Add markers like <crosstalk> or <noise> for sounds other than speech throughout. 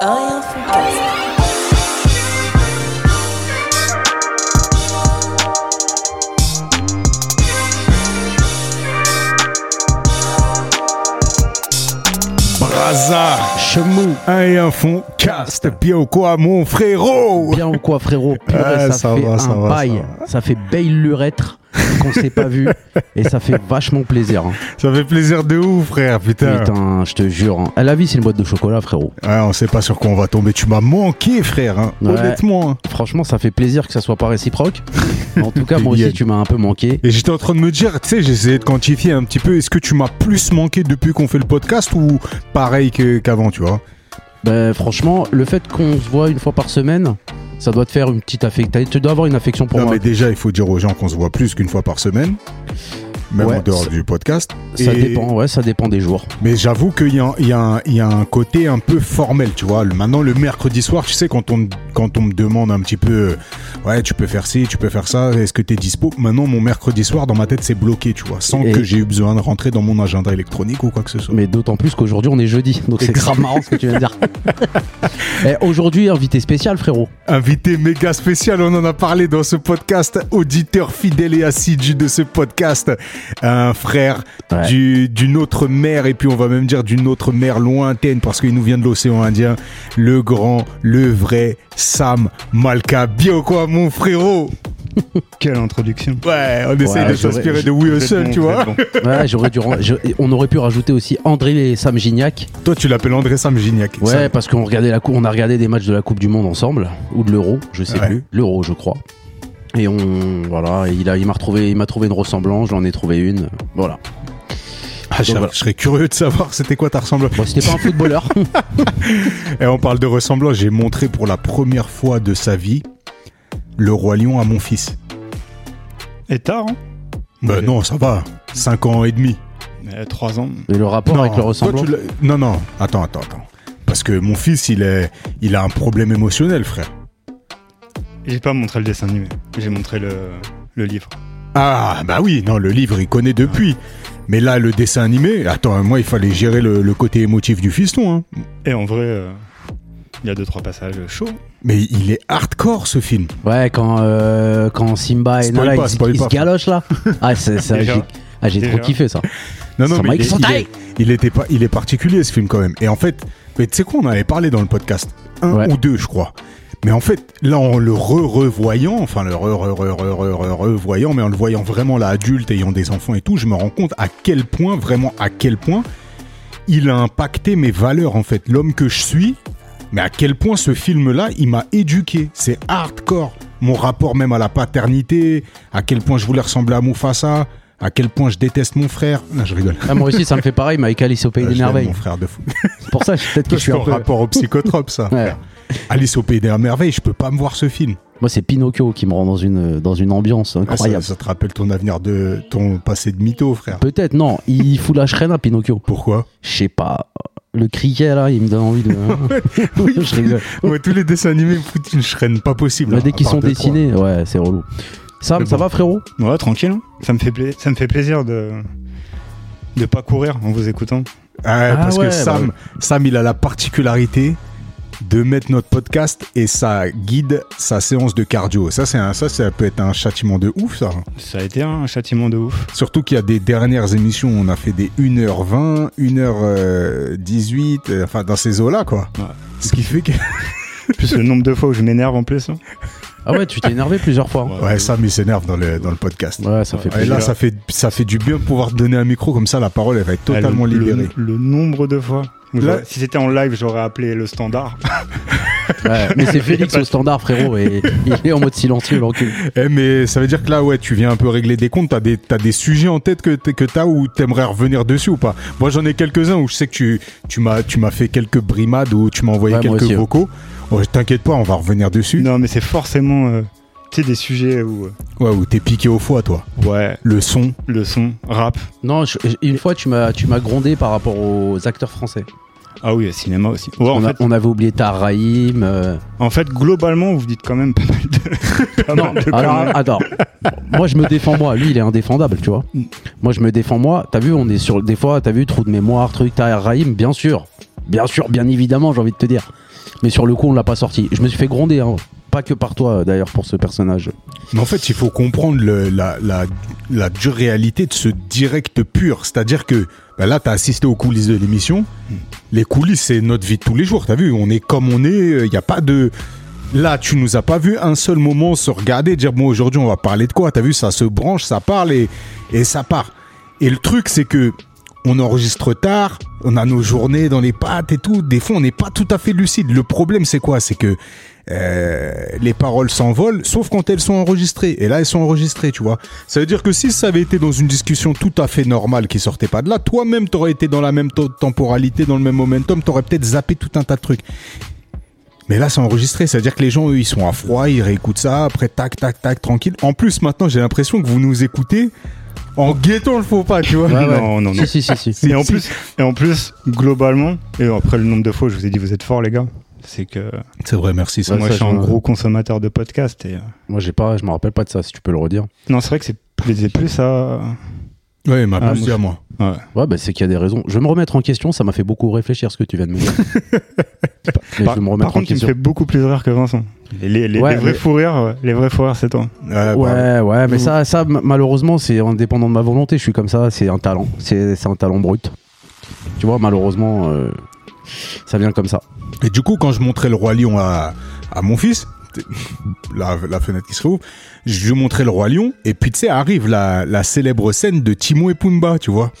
Rien Foodcast. Braza, Chemou, un fond, cast, quoi mon frérot Bien ou quoi, frérot Purée, Ouais, ça, ça fait va, un ça va, ça bail. Ça, fait bail lurêtre qu'on s'est pas vu et ça fait vachement plaisir. hein. Ça fait plaisir de ouf, frère, putain. Putain, je te jure. hein. La vie, c'est une boîte de chocolat, frérot. Ouais, on sait pas sur quoi on va tomber. Tu m'as manqué, frère, hein. Ouais. honnêtement. hein. Franchement, ça fait plaisir que ça soit <laughs> pas réciproque. En tout cas, moi Bien. aussi, tu m'as un peu manqué. Et j'étais en train de me dire, tu sais, j'essayais de quantifier un petit peu. Est-ce que tu m'as plus manqué depuis qu'on fait le podcast ou pareil que- qu'avant, tu vois Ben, franchement, le fait qu'on se voit une fois par semaine, ça doit te faire une petite affection. Tu dois avoir une affection pour Non, moi. mais déjà, il faut dire aux gens qu'on se voit plus qu'une fois par semaine, même Ouais, en dehors ça- du podcast. Ça Et- dépend, ouais, ça dépend des jours. Mais j'avoue qu'il y, a un- il y a un- il y a un côté un peu formel, tu vois. Le- Maintenant, le mercredi soir, tu sais, quand on, quand on me demande un petit peu, euh, ouais, tu peux faire ci, tu peux faire ça, est-ce que t'es dispo Maintenant, mon mercredi soir, dans ma tête, c'est bloqué, tu vois, sans Et- que j'ai eu besoin de rentrer dans mon agenda électronique ou quoi que ce soit. Mais d'autant plus qu'aujourd'hui, on est jeudi. Donc, c'est grave marrant ce que tu viens <laughs> de dire. Eh, Aujourd'hui, invité spécial, frérot. Invité méga spécial, on en a parlé dans ce podcast, auditeur fidèle et assidu de ce podcast, un frère Ouais. du- d'une autre mer, et puis on va même dire d'une autre mer lointaine, parce qu'il nous vient de l'océan Indien, le grand, le vrai Sam Malka. Bio quoi, mon <laughs> frérot Quelle introduction Ouais, on essaye Ouais, de j'aurais- s'inspirer de We Vous êtes Hustle, bon, tu vous êtes vois. bon. Ouais, j'aurais dû. ran- je- on aurait pu rajouter aussi André et Sam Gignac. Toi, tu l'appelles André Sam Gignac. Ouais, Sam- parce qu'on regardait la cou- on a regardé des matchs de la Coupe du Monde ensemble ou de l'Euro, je sais Ouais. plus, l'Euro, je crois. Et on voilà, et il a, il m'a retrouvé, il m'a trouvé une ressemblance, j'en ai trouvé une. Voilà. Ah, je, donc voilà. je serais curieux de savoir c'était quoi ta ressemblance. Bon, c'était pas un footballeur. Et Eh, on parle de ressemblance, j'ai montré pour la première fois de sa vie le roi lion à mon fils. Et tard, hein Bah non, ça va. 5 ans et demi. 3 ans. <laughs> Et le rapport non, avec le toi, ressemblant. tu l'as- non, non, attends, attends, attends. Parce que mon fils, il, est, il a un problème émotionnel, frère. J'ai pas montré le dessin animé. J'ai montré le, le livre. Ah, bah oui, non, le livre, il connaît depuis. Mais là, le dessin animé, attends, moi, il fallait gérer le, le côté émotif du fiston. hein. Et en vrai, euh, il y a deux trois passages chauds. Mais il est hardcore, ce film. Ouais, quand euh, quand Simba et Spoil Nala pas, ils, se- spoil ils se pas. <laughs> galochent là. Ah, c'est ça. Déjà. j'ai- Ah, j'ai trop Déjà. kiffé ça. Non, Ça non, m'a mais il, est- excentré. il est- il était pas, il est particulier ce film quand même. Et en fait, mais tu sais quoi, on en avait parlé dans le podcast, un Ouais. ou deux, je crois. Mais en fait, là, en le re-revoyant, enfin le re-re-re-re-re-revoyant, mais en le voyant vraiment là adulte, ayant des enfants et tout, je me rends compte à quel point, vraiment à quel point, il a impacté mes valeurs en fait, l'homme que je suis. Mais à quel point ce film-là, il m'a éduqué. C'est hardcore. Mon rapport même à la paternité, à quel point je voulais ressembler à Mufasa, à quel point je déteste mon frère. Non, je rigole. Ah, moi aussi, ça me fait pareil, mais avec Alice au pays Euh, des je l'aime, merveilles. Mon frère de fou. C'est pour ça, je- peut-être que <laughs> je suis ton un peu. rapport au psychotrope, ça. <laughs> Ouais. Alice au pays des merveilles, je peux pas me voir ce film. Moi, c'est Pinocchio qui me rend dans une dans une ambiance Ah, incroyable. ça, ça te rappelle ton avenir de ton passé de mytho, frère. Peut-être non, il fout la shrine à Pinocchio. Pourquoi je sais pas, le criquet là, il me donne envie de. hein. <laughs> je rigole. Ouais, Tous les dessins animés me foutent une shrine, pas possible. Mais hein, Oh. Bah, dès à qu'ils part sont deux, trois. dessinés, ouais, c'est relou. Sam, Mais ça bon. va frérot Ouais, tranquille. hein. Ça me fait, pla- ça me fait plaisir de de pas courir en vous écoutant. Ouais, Ah parce ouais, que bah Sam, ouais. Sam, il a la particularité de mettre notre podcast et ça guide sa séance de cardio. Ça, c'est un, ça, ça peut être un châtiment de ouf, ça. Ça a été un châtiment de ouf. Surtout qu'il y a des dernières émissions, on a fait des 1h20, 1h18, euh, enfin dans ces eaux-là quoi. Ouais. Ce qui fait que. Plus le nombre de fois où je m'énerve en plus. hein. Ah ouais, tu t'es énervé plusieurs fois. hein. Ouais, Sam il s'énerve dans le, dans le podcast. Ouais, ça fait Ouais, Ah, Et plaisir. là, ça fait, ça fait du bien de pouvoir donner un micro, comme ça la parole elle va être totalement Ah, le- libérée. Le, le nombre de fois. où Là- j'aurais- Si c'était en live, j'aurais appelé le standard. <laughs> <laughs> Ouais, mais c'est Félix au standard frérot et il est en mode silencieux l'encul. Eh, mais ça veut dire que là, ouais, tu viens un peu régler des comptes, t'as des, t'as des sujets en tête que, t'es- que t'as ou t'aimerais revenir dessus ou pas. Moi j'en ai quelques-uns où je sais que tu, tu, m'as, tu m'as fait quelques brimades ou tu m'as envoyé Ouais, moi quelques aussi, ouais. vocaux. Ouais, T'inquiète pas, on va revenir dessus. Non, mais c'est forcément euh, tu sais, des sujets où. euh, Ouais, ou t'es piqué au foie toi. ouais, Le son. le son, rap. Non, je- une fois tu m'as tu m'as grondé par rapport aux acteurs français. Ah oui, cinéma aussi. Ouais, en on, a- fait, on avait oublié Tarraïm. euh, En fait, globalement, vous dites quand même pas mal de. <laughs> pas Non, mal de alors, conneries. Ah, attends. Moi, je me défends moi. Lui, il est indéfendable, tu vois. Moi, je me défends moi. T'as vu, on est sur. Des fois, t'as vu, trou de mémoire, truc, t'as Raïm, bien sûr. Bien sûr, bien évidemment, j'ai envie de te dire. Mais sur le coup, on l'a pas sorti. Je me suis fait gronder, hein. pas que par toi d'ailleurs pour ce personnage. Mais en fait, il faut comprendre le- la, la- la dure réalité de ce direct pur. C'est-à-dire que bah là, tu as assisté aux coulisses de l'émission. Les coulisses, c'est notre vie de tous les jours. Tu as vu, on est comme on est. Il n'y a pas de. Là, tu nous as pas vu un seul moment se regarder, dire bon, aujourd'hui, on va parler de quoi. Tu as vu, ça se branche, ça parle et, et ça part. Et le truc, c'est que. On enregistre tard, on a nos journées dans les pattes et tout. Des fois, on n'est pas tout à fait lucide. Le problème, c'est quoi C'est que euh, les paroles s'envolent, sauf quand elles sont enregistrées. Et là, elles sont enregistrées, tu vois. Ça veut dire que si ça avait été dans une discussion tout à fait normale qui sortait pas de là, toi-même, t'aurais été dans la même to- temporalité, dans le même momentum, t'aurais peut-être zappé tout un tas de trucs. Mais là, c'est enregistré, c'est-à-dire que les gens, eux, ils sont à froid, ils réécoutent ça, après, tac, tac, tac, tranquille. En plus, maintenant, j'ai l'impression que vous nous écoutez en guettant le faux pas, tu vois. Ouais, ouais. Non, non, non. Si, si, si, si. Et en, plus, et en plus, globalement, et après le nombre de fois, je vous ai dit, vous êtes forts, les gars. C'est que C'est vrai, merci. ça. Ouais, moi, ça, je suis je un vois. gros consommateur de podcasts. Et... euh, Moi, j'ai pas, je me rappelle pas de ça. Si tu peux le redire. Non, c'est vrai que c'est plaisait plus à. Ouais, il m'a Ah, plus moi, dit à je- moi. Ouais. Ouais, bah, c'est qu'il y a des raisons. Je vais me remettre en question. Ça m'a fait beaucoup réfléchir ce que tu viens <laughs> de me dire. Par, Mais je vais me par remettre en contre, il me question. fait beaucoup plus rire que Vincent. Les, les- les- Ouais, les vrais mais- fous rires, ouais, les vrais fous rires, c'est toi. Euh, Ouais, bah, Ouais, ouais, mais Vous- ça, ça, m- malheureusement, c'est indépendant de ma volonté. Je suis comme ça, c'est un talent. C'est c'est un talent brut. Tu vois, malheureusement, euh, ça vient comme ça. Et du coup, quand je montrais le roi lion à, à mon fils, t- la, la fenêtre qui se rouvre, je lui montrais le roi lion, et puis tu sais, arrive la, la célèbre scène de Timon et Pumba, tu vois,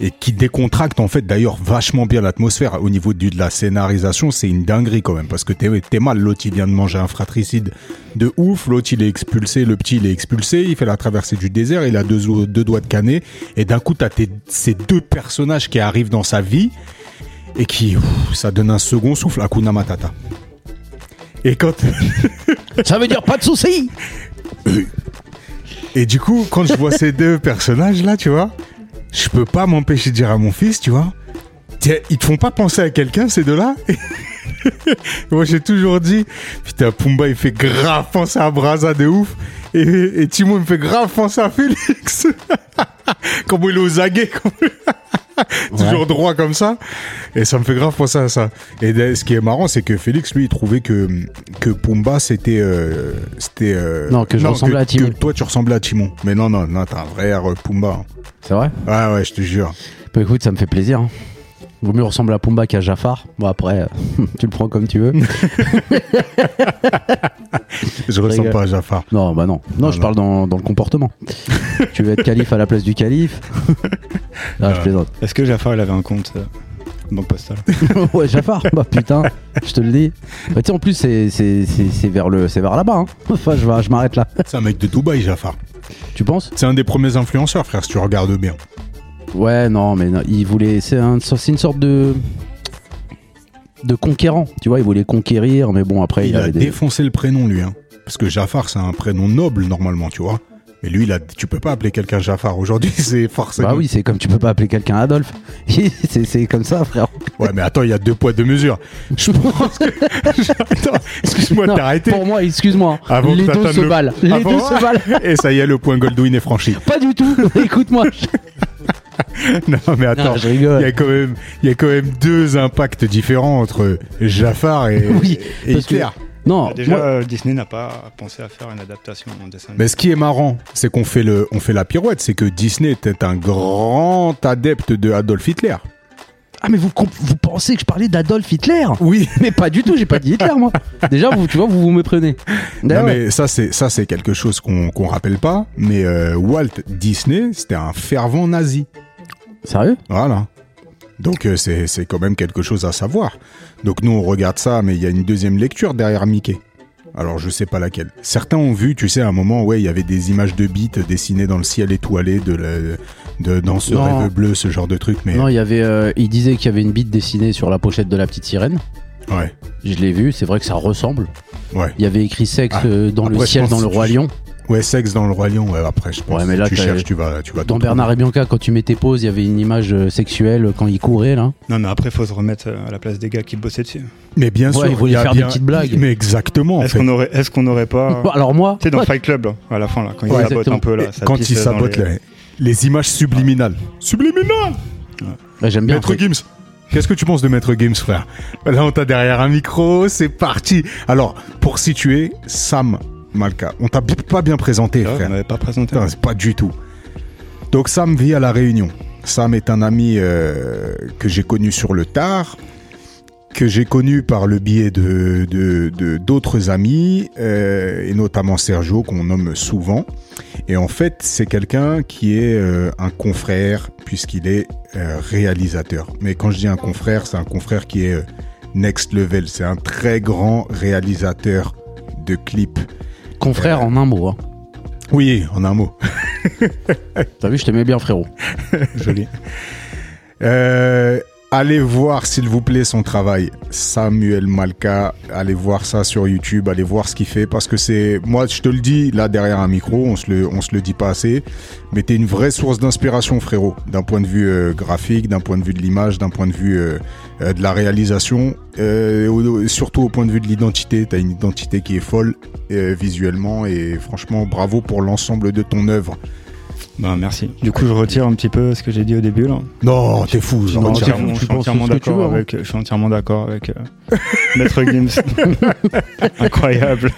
et qui décontracte en fait d'ailleurs vachement bien l'atmosphère. Au niveau du, de la scénarisation, c'est une dinguerie quand même, parce que t'es t'es mal, l'autre il vient de manger un fratricide de ouf, l'autre il est expulsé, le petit il est expulsé, il fait la traversée du désert, il a deux, o- deux doigts de canet, et d'un coup t'as tes- ces deux personnages qui arrivent dans sa vie, et qui, ouf, ça donne un second souffle à Kuna Matata. Et quand, <laughs> ça veut dire pas de soucis et du coup, quand je vois ces deux personnages là, tu vois, je peux pas m'empêcher de dire à mon fils, tu vois, tiens, ils te font pas penser à quelqu'un ces deux-là <laughs> Moi, j'ai toujours dit, putain, Pumba, il fait grave penser à Braza de ouf, et, et Timon, il me fait grave penser à Félix. <laughs> comment il est aux aguets, comment- <laughs> toujours droit comme ça, et ça me fait grave penser à ça. Et d'ailleurs, ce qui est marrant, c'est que Félix, lui, il trouvait que que Pumba, c'était, euh, c'était, euh, Non, que je ressemblais à Timon. que toi, tu ressemblais à Timon. Mais non, non, non, t'es un vrai euh, Pumba. Ah C'est vrai Ouais, ouais, je te jure. Bah écoute, ça me fait plaisir. hein. Vaut mieux ressembler à Pumba qu'à Jafar. Bon, après, <laughs> euh, tu le prends comme tu <laughs> veux. Je ressemble rigole. pas à <laughs> Jafar. Non, bah non. Non, je non. parle dans, dans le <laughs> comportement. tu veux être calife à la place du <laughs> calife Ah, je plaisante. <laughs> Est-ce que Jafar, il avait un compte euh, Banque postale. ouais, Jafar, bah putain, je te le dis. Bah, tu sais, en plus, c'est- c'est c'est- c'est vers, le- c'est vers là-bas. hein. <laughs> Enfin, je, vais- je m'arrête là. C'est un mec de Dubaï, Jafar. Tu penses C'est un des premiers influenceurs, frère, si tu regardes bien. Ouais, non, mais non, il voulait. C'est un- c'est une sorte de. de conquérant. Tu vois, il voulait conquérir, mais bon, après, il, il a avait des. défoncé le prénom, lui. Hein. Parce que Jafar, c'est un prénom noble, normalement, tu vois. Mais lui, il a... tu peux pas appeler quelqu'un Jafar. Aujourd'hui, <laughs> c'est forcément. Bah oui, c'est comme tu peux pas appeler quelqu'un Adolphe. <laughs> c'est c'est comme ça, frère. Ouais, mais attends, il y a deux poids, deux mesures. Je <laughs> pense que. <laughs> attends, excuse-moi de Non, t'arrêter. Pour moi, excuse-moi. hein. Avant que Les deux t'atteignes se le- Ah valent. Les Avant- deux <laughs> se valent. Et Eh, ça y est, le point Goldwyn est franchi. Pas du tout. <laughs> Écoute-moi. <laughs> Non, mais attends. Non, je Il y, rigole. a quand même, il y a quand même deux impacts différents entre Jafar et, <laughs> Oui, et parce que- Hitler. Ah, Non, Déjà, moi- euh, Disney n'a pas pensé à faire une adaptation en dessin animé. Mais ce qui est marrant, c'est qu'on fait, le, on fait la pirouette, c'est que Disney était un grand adepte de Adolf Hitler. Ah, mais vous, comp- vous pensez que je parlais d'Adolf Hitler Oui. Mais pas du tout, j'ai pas dit <laughs> Hitler, moi. Déjà, vous, tu vois, vous vous méprenez. Non, D'ailleurs, mais ça, c'est, ça, c'est quelque chose qu'on qu'on rappelle pas. Mais euh, Walt Disney, c'était un fervent nazi. Sérieux Voilà. Donc euh, c'est c'est quand même quelque chose à savoir. Donc nous on regarde ça, mais il y a une deuxième lecture derrière Mickey. Alors je sais pas laquelle. Certains ont vu, tu sais, à un moment, ouais, il y avait des images de bites dessinées dans le ciel étoilé de, le- de dans ce Non. rêve bleu, ce genre de truc. Mais Non, il y avait. euh, il disait qu'il y avait une bite dessinée sur la pochette de la petite sirène. ouais, Je l'ai vu, c'est vrai que ça ressemble. ouais, Il y avait écrit sexe Ah, euh, dans le après, je ciel, pense dans le que roi tu- lion. ouais, sexe dans le roi lion. Ouais, après je pense. Ouais, mais que là, tu t'as- cherches, tu vas, tu vas. Dans tout Bernard et Bianca, quand tu mettais pause, il y avait une image euh, sexuelle quand il courait là. Non, mais après, faut se remettre euh, à la place des gars qui bossaient dessus. trouver. Mais bien Ouais, sûr, il voulait y a faire des bien- petites blagues. Mais exactement. en Est-ce fait. qu'on aurait, est-ce qu'on aurait <laughs> Ah. pas. Alors moi, Tu sais, dans ouais, Fight Club, là, à la fin, là, quand ils Ouais, sabotent exactement. un peu, là. Et ça quand pisse, ils euh, dans sabotent les- les... les images subliminales. Subliminales. ouais, j'aime bien. Maître Gims. Qu'est-ce que tu penses de Maître Games, frère Là, on t'a derrière un micro, c'est parti. Alors, pour situer, Sam Malka. On t'a bi- pas bien présenté, Ah, frère. vous m'avez pas présenté. Putain, c'est pas du tout. Donc Sam vit à La Réunion. Sam est un ami euh, que j'ai connu sur le tard, que j'ai connu par le biais de de- de- d'autres amis, euh, et notamment Sergio, qu'on nomme souvent. Et en fait, c'est quelqu'un qui est euh, un confrère, puisqu'il est euh, réalisateur. Mais quand je dis un confrère, c'est un confrère qui est euh, next level. C'est un très grand réalisateur de clips. Confrère en un mot. hein. Oui, en un mot. T'as vu, je t'aimais <laughs> bien, frérot. Joli. Euh, allez voir, s'il vous plaît, son travail. Samuel Malka, allez voir ça sur YouTube, allez voir ce qu'il fait, parce que c'est, moi, je te le dis, là, derrière un micro, on se le, on se le dit pas assez, mais t'es une vraie source d'inspiration, frérot, d'un point de vue euh, graphique, d'un point de vue de l'image, d'un point de vue euh, euh, de la réalisation, euh, au- surtout au point de vue de l'identité. T'as une identité qui est folle euh, visuellement, et franchement, bravo pour l'ensemble de ton œuvre. Bah, merci. Du coup, je retire un petit peu ce que j'ai dit au début. Là. Non, t'es fou, Je, j'en Non, retire tiens, entièrement- tu je suis penses entièrement tout ce que tu d'accord veux, hein. avec, je suis entièrement d'accord avec euh, <laughs> Maître Games. <laughs> Incroyable.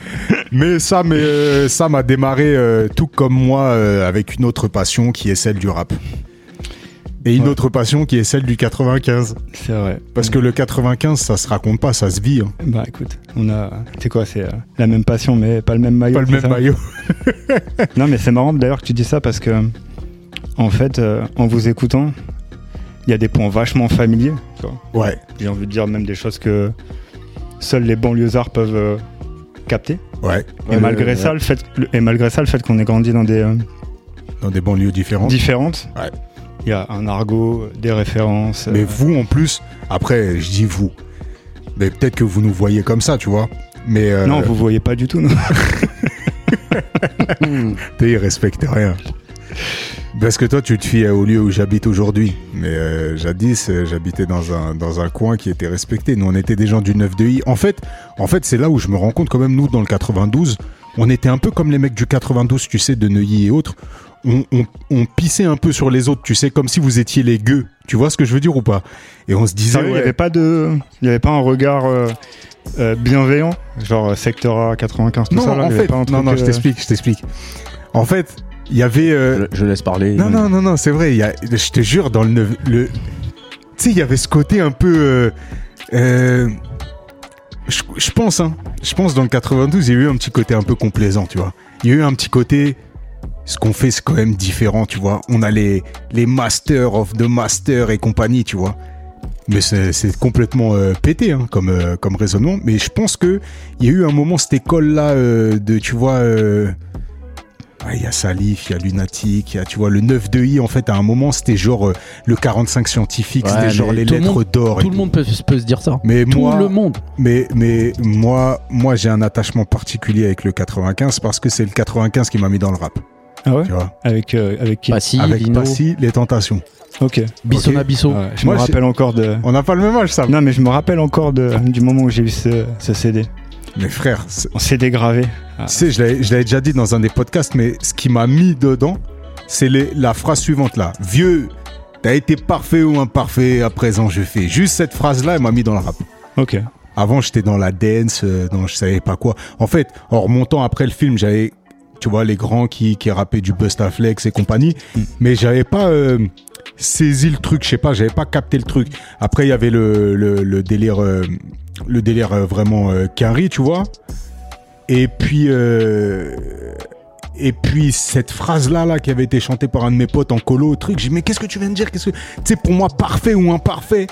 Mais Sam, euh, Sam a démarré euh, tout comme moi euh, avec une autre passion qui est celle du rap. Et une Ouais. autre passion qui est celle du 95. C'est vrai. Parce que le 95, ça se raconte pas, ça se vit. hein. Bah écoute, on a. C'est quoi C'est euh, la même passion, mais pas le même maillot. Pas le c'est même ça maillot. Non, mais c'est marrant d'ailleurs que tu dis ça parce que, en fait, euh, en vous écoutant, il y a des points vachement familiers. tu vois. Ouais, J'ai envie de dire même des choses que seuls les banlieusards peuvent euh, capter. ouais. et, Ouais, malgré le- ça, le fait, le- et malgré ça, le fait qu'on ait grandi dans des euh, Dans des banlieues différentes. différentes, Ouais. il y a un argot, euh, des références. Mais euh, vous, en plus, après, je dis vous. Mais peut-être que vous nous voyez comme ça, tu vois. Mais euh, Non, vous voyez pas du tout. non. <laughs> Hmm. T'es, il respecte rien. Parce que toi, tu te fies au lieu où j'habite aujourd'hui. Mais euh, jadis, euh, j'habitais dans un, dans un coin qui était respecté. Nous, on était des gens du 9 de I. En fait, en fait c'est là où je me rends compte quand même, nous, dans le 92, on était un peu comme les mecs du 92, tu sais, de Neuilly et autres. On, on, on pissait un peu sur les autres, tu sais, comme si vous étiez les gueux. Tu vois ce que je veux dire ou pas Et on se disait... Ah il n'y ouais, avait pas de, il y avait pas un regard euh, euh, bienveillant, genre euh, secteur A 95 tout non, ça. là, en il y avait fait, pas un non, truc, non, je euh, t'explique, je t'explique. En fait, il y avait... euh, Je- Je laisse parler. Non, non, non, non, c'est vrai. il y a- je te jure, dans le. neuf- le tu sais, il y avait ce côté un peu. euh, euh, je, je pense, hein. Je pense, dans le 92, il y a eu un petit côté un peu complaisant, tu vois. Il y a eu un petit côté. Ce qu'on fait, c'est quand même différent, tu vois. On a les, les masters of the master et compagnie, tu vois. Mais c'est c'est complètement euh, pété hein, comme, euh, comme raisonnement. Mais je pense que il y a eu un moment, cette école-là, euh, de, tu vois, euh, Ouais, Il y a Salif, il y a Lunatic, il y a, tu vois, le 9 de I, en fait, à un moment, c'était genre euh, le 45 scientifique, Ouais, c'était mais genre les tout le lettres monde- d'or. et Tout le monde peut, peut se dire ça. Mais Tout moi, le monde. mais, mais moi, moi, j'ai un attachement particulier avec le 95 parce que c'est le 95 qui m'a mis dans le rap, Ah ouais. tu vois. Avec euh, avec qui Passy, avec Lino, Passy, Euh. les tentations. Ok. Bissona Bissot. Ouais, je Moi, Ah. me j'ai- rappelle encore de. On n'a pas le même âge, ça. Non, mais je me rappelle encore de, du moment où j'ai eu ce, ce CD. Mais frère, c'est- On s'est dégravé. Ah. Tu sais, je l'avais je l'avais déjà dit dans un des podcasts, mais ce qui m'a mis dedans, c'est les- la phrase suivante là. Vieux, t'as été parfait ou imparfait, à présent je fais. Juste cette phrase là, elle m'a mis dans le rap. Ok. Avant, j'étais dans la dance, euh, dans je savais pas quoi. En fait, en remontant après le film, j'avais, tu vois, les grands qui, qui rappaient du Busta Flex et compagnie, mais j'avais pas euh, saisi le truc, je sais pas, j'avais pas capté le truc. Après, il y avait le, le, le délire, euh, le délire euh, vraiment euh, carré, tu vois. Et puis, euh, et puis cette phrase là là qui avait été chantée par un de mes potes en colo, truc, j'ai dit mais qu'est-ce que tu viens de dire, qu'est-ce que, tu sais, pour moi parfait ou imparfait,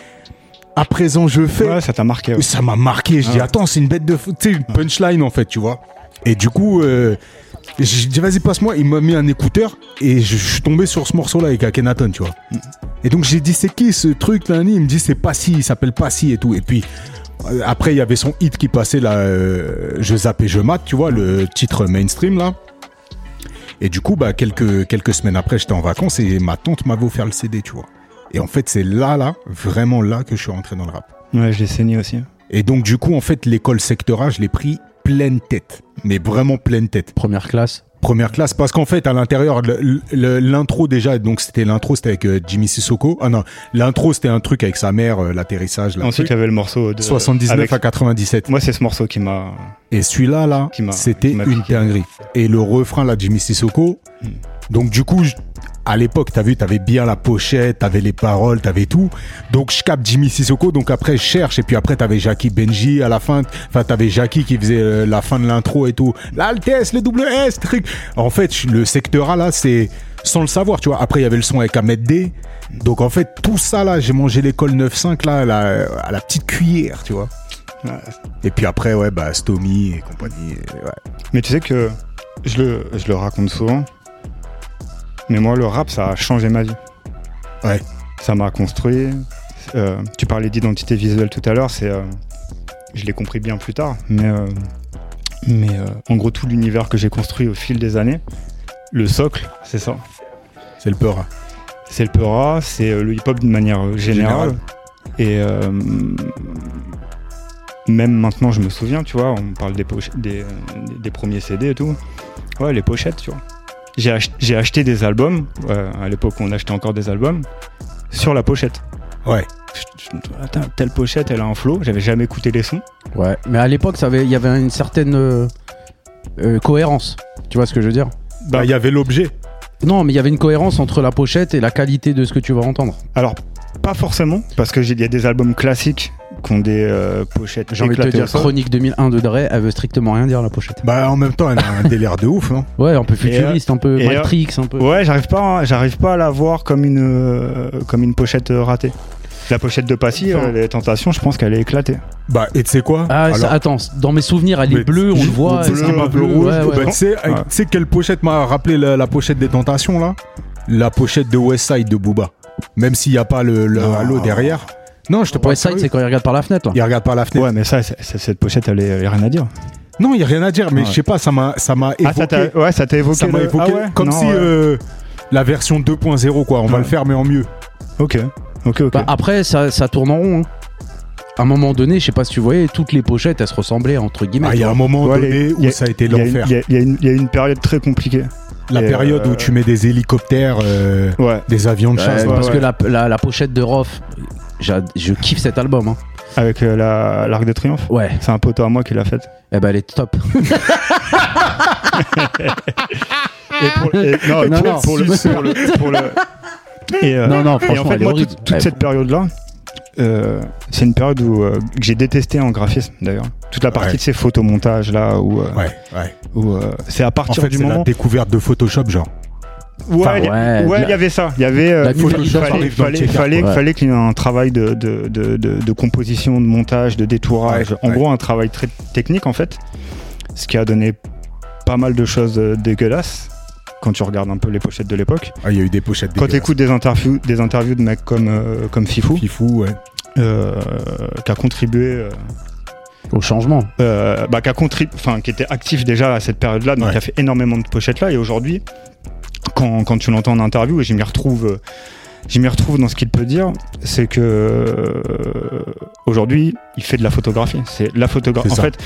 à présent je fais. Ouais, ça t'a marqué. ouais. Ça m'a marqué. Je dis, Ah. attends, c'est une bête de fou. Tu sais, une punchline, en fait, tu vois. Et du coup, euh, j'ai dit, vas-y, passe-moi. Il m'a mis un écouteur et je, je suis tombé sur ce morceau-là avec Akhenaton, tu vois. Et donc, j'ai dit, c'est qui ce truc, là Il me dit, c'est Passy, il s'appelle Passy et tout. Et puis, euh, après, il y avait son hit qui passait, là, euh, Je zappe et je mate, tu vois, le titre mainstream, là. Et du coup, bah, quelques, quelques semaines après, j'étais en vacances et ma tante m'avait offert le CD, tu vois. Et en fait, c'est là, là, vraiment là que je suis rentré dans le rap. Ouais, je l'ai saigné aussi. Et donc, du coup, en fait, l'école secteur A, je l'ai pris pleine tête. Mais vraiment pleine tête. Première classe. Première classe, parce qu'en fait, à l'intérieur, le- le- l'intro déjà, donc c'était l'intro, c'était avec euh, Jimmy Sissoko. Ah non, l'intro, c'était un truc avec sa mère, euh, l'atterrissage, là. Ensuite, il y avait le morceau de. 79 avec- à 97. Moi, c'est ce morceau qui m'a. Et celui-là, là, Qui m'a- c'était qui m'a une piqué. dinguerie. Et le refrain, là, de Jimmy Sissoko. Mm. Donc, du coup, je- à l'époque, t'as vu, t'avais bien la pochette, t'avais les paroles, t'avais tout. Donc, je capte Jimmy Sissoko. Donc, après, je cherche. Et puis après, t'avais Jackie Benji à la fin. Enfin, t'avais Jackie qui faisait euh, la fin de l'intro et tout. L'altesse, le double S, truc. En fait, je- le secteur A, là, c'est sans le savoir, tu vois. Après, il y avait le son avec Ahmed D. Donc, en fait, tout ça, là, j'ai mangé l'école 9-5, là, à la- à la petite cuillère, tu vois. Et puis après, ouais, bah, Stomy et compagnie. et ouais. Mais tu sais que je le, je le raconte souvent, mais moi, le rap, ça a changé ma vie. Ouais. Ça m'a construit. Euh, tu parlais d'identité visuelle tout à l'heure, c'est. euh, je l'ai compris bien plus tard, mais. euh, mais euh, en gros, tout l'univers que j'ai construit au fil des années, le socle, c'est ça. C'est le peur. C'est le peura, c'est euh, le hip-hop d'une manière euh, générale. Et euh, même maintenant, je me souviens, tu vois, on parle des, poche- des, euh, des premiers CD et tout. Ouais, les pochettes, tu vois. J'ai ach- j'ai acheté des albums, euh, à l'époque on achetait encore des albums, sur la pochette. Ouais. Je- je me dis, Attends, telle pochette, elle a un flow, j'avais jamais écouté les sons. Ouais, mais à l'époque, ça avait- il y avait une certaine euh, euh, cohérence. Tu vois ce que je veux dire Bah, il y avait l'objet. Non, mais il y avait une cohérence entre la pochette et la qualité de ce que tu vas entendre. Alors, pas forcément, parce qu'il y a des albums classiques qui ont des euh, pochettes. J'ai envie de te éclatées dire, au sol. Chronique 2001 de Dre, elle veut strictement rien dire, la pochette. Bah, en même temps, elle a un délire de ouf, hein. non Ouais, un peu futuriste, un peu et, euh, Matrix, un peu. Ouais, j'arrive pas, à- j'arrive pas à la voir comme une, euh, comme une pochette euh, ratée. La pochette de Passy, euh, les tentations, je pense qu'elle est éclatée. <laughs> Bah, et tu sais quoi Ah, ça- Alors, attends, dans mes souvenirs, elle mais est bleue, on le juste voit. bleu, elle est un bleu, peu bleue, rouge. ouais, ouais. Bah, tu sais, Ouais. tu sais quelle pochette m'a rappelé la, la pochette des tentations, là La pochette de Westside de Booba. Même s'il n'y a pas le, le Non. halo derrière. Non, je te parle Ouais, side, sérieux. c'est quand il regarde par la fenêtre, là. Il regarde pas la fenêtre. Ouais, mais ça, c'est- c'est- cette pochette, elle est, elle est rien à dire. Non, il n'y a rien à dire, mais Ouais. je sais pas, ça m'a ça m'a Ah, ça évoqué. t'a, ouais, ça t'a évoqué. ça m'a le- évoqué ah ouais comme Non, si ouais. euh, la version 2.0, quoi. On va Ouais. le faire, mais en mieux. Ok, ok, ok. Bah, après, ça, ça tourne en rond. hein. À un moment donné, je sais pas si tu voyais, toutes les pochettes, elles se ressemblaient, entre guillemets. Ah, Il y a un moment Ouais, donné les- où y a- ça a été il y a une- l'enfer. il y a- il y a une- il y a une période très compliquée. La Et, période euh, où tu mets des hélicoptères, euh, Ouais. des avions de Ouais, chasse. ouais, parce ouais. que la, la- la pochette de Roth, j'a- je kiffe cet album. hein. Avec euh, la, l'Arc de Triomphe. Ouais, C'est un pote à moi qui l'a faite. eh ben, elle est top. Et pour, et- non, Non, pour- non. pour <laughs> le, pour le- pour le- et, euh, Non, non, et en franchement, fait, elle est moi, toute- horrible. toute, Ouais. cette période-là, euh, c'est une période où euh, que j'ai détesté en graphisme d'ailleurs. Toute la partie Ouais. de ces photomontages là où, euh, Ouais, ouais. où, euh, c'est à En partir fait, du c'est la moment. découverte de Photoshop, genre. Ouais, Enfin, il y a- ouais, ouais, la- il y avait ça. Il y avait. euh, la faut- il numérisation fallait, arrive dans le fallait, checker, fallait, ouais. fallait qu'il y ait un travail de, de, de, de, de composition, de montage, de détourage. Ouais, en ouais. gros, un travail très technique en fait, ce qui a donné pas mal de choses euh, dégueulasses quand tu regardes un peu les pochettes de l'époque. Ah, il y a eu des pochettes Quand dégueulasses. t'écoutes des interviews, des interviews de mecs comme, euh, comme Fifou, Fifou, ouais. euh, qui a contribué, euh, Au changement. euh, bah, qui a contribué, enfin, qui était actif déjà à cette période-là, donc Ouais. qui a fait énormément de pochettes là, et aujourd'hui, quand, quand tu l'entends en interview, et je m'y retrouve, euh, je m'y retrouve dans ce qu'il peut dire, c'est que euh, aujourd'hui, il fait de la photographie. C'est la photographie. C'est En ça. fait,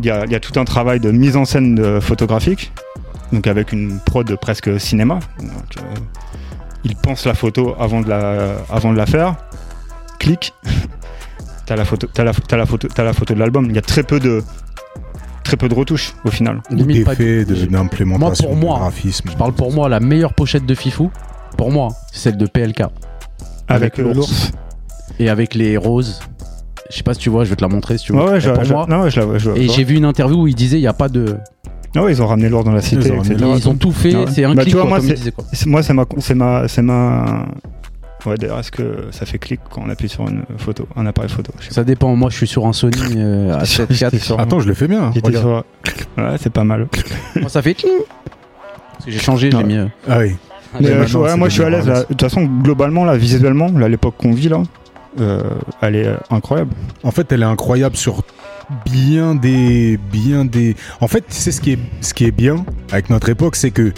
il y a, il y a tout un travail de mise en scène de photographique, donc avec une prod presque cinéma. Donc, euh, il pense la photo avant de la, avant de la faire. Clic. T'as la photo, t'as la, t'as la photo, t'as la photo de l'album. Il y a très peu de, très peu de retouches au final. Limite pas- D'effet, Je de- d'implémentation, Moi, pour moi. de graphisme. je parle pour moi, la meilleure pochette de Fifou, pour moi, c'est celle de PLK. Avec Avec, euh, l'ours. l'ours. Et avec les roses. Je sais pas si tu vois, je vais te la montrer si tu veux. Ouais, ouais, Et je, pour je- moi. non, ouais, je la vois. je la Et vois. j'ai vu une interview où il disait il n'y a pas de. Ah ouais, ils ont ramené l'ours dans la cité. ont ramené etc. Ils l'ours. ont tout fait, Ouais. c'est un Bah, tu clic, vois, quoi, moi, comme il c'est- disait quoi. C'est- Moi, c'est ma, c'est ma, c'est ma. Ouais, d'ailleurs, est-ce que ça fait clic quand on appuie sur une photo, un appareil photo je sais Ça dépend, moi je suis sur un Sony <laughs> euh, pas. A7 J'étais IV. sur- Attends, je le fais bien. hein. j'étais Regarde. sur- Ouais, c'est pas mal. Moi ça fait. Parce que j'ai changé, j'ai Ouais. mis. euh, Ah oui. Mais, Mais euh, maintenant, je- ouais, c'est moi, je suis à devenu l'aise. là. De toute façon, globalement, là, visuellement, là, l'époque qu'on vit là, euh, elle est euh, incroyable. En fait, elle est incroyable sur bien des, bien des. En fait, c'est ce qui est, ce qui est bien avec notre époque, c'est que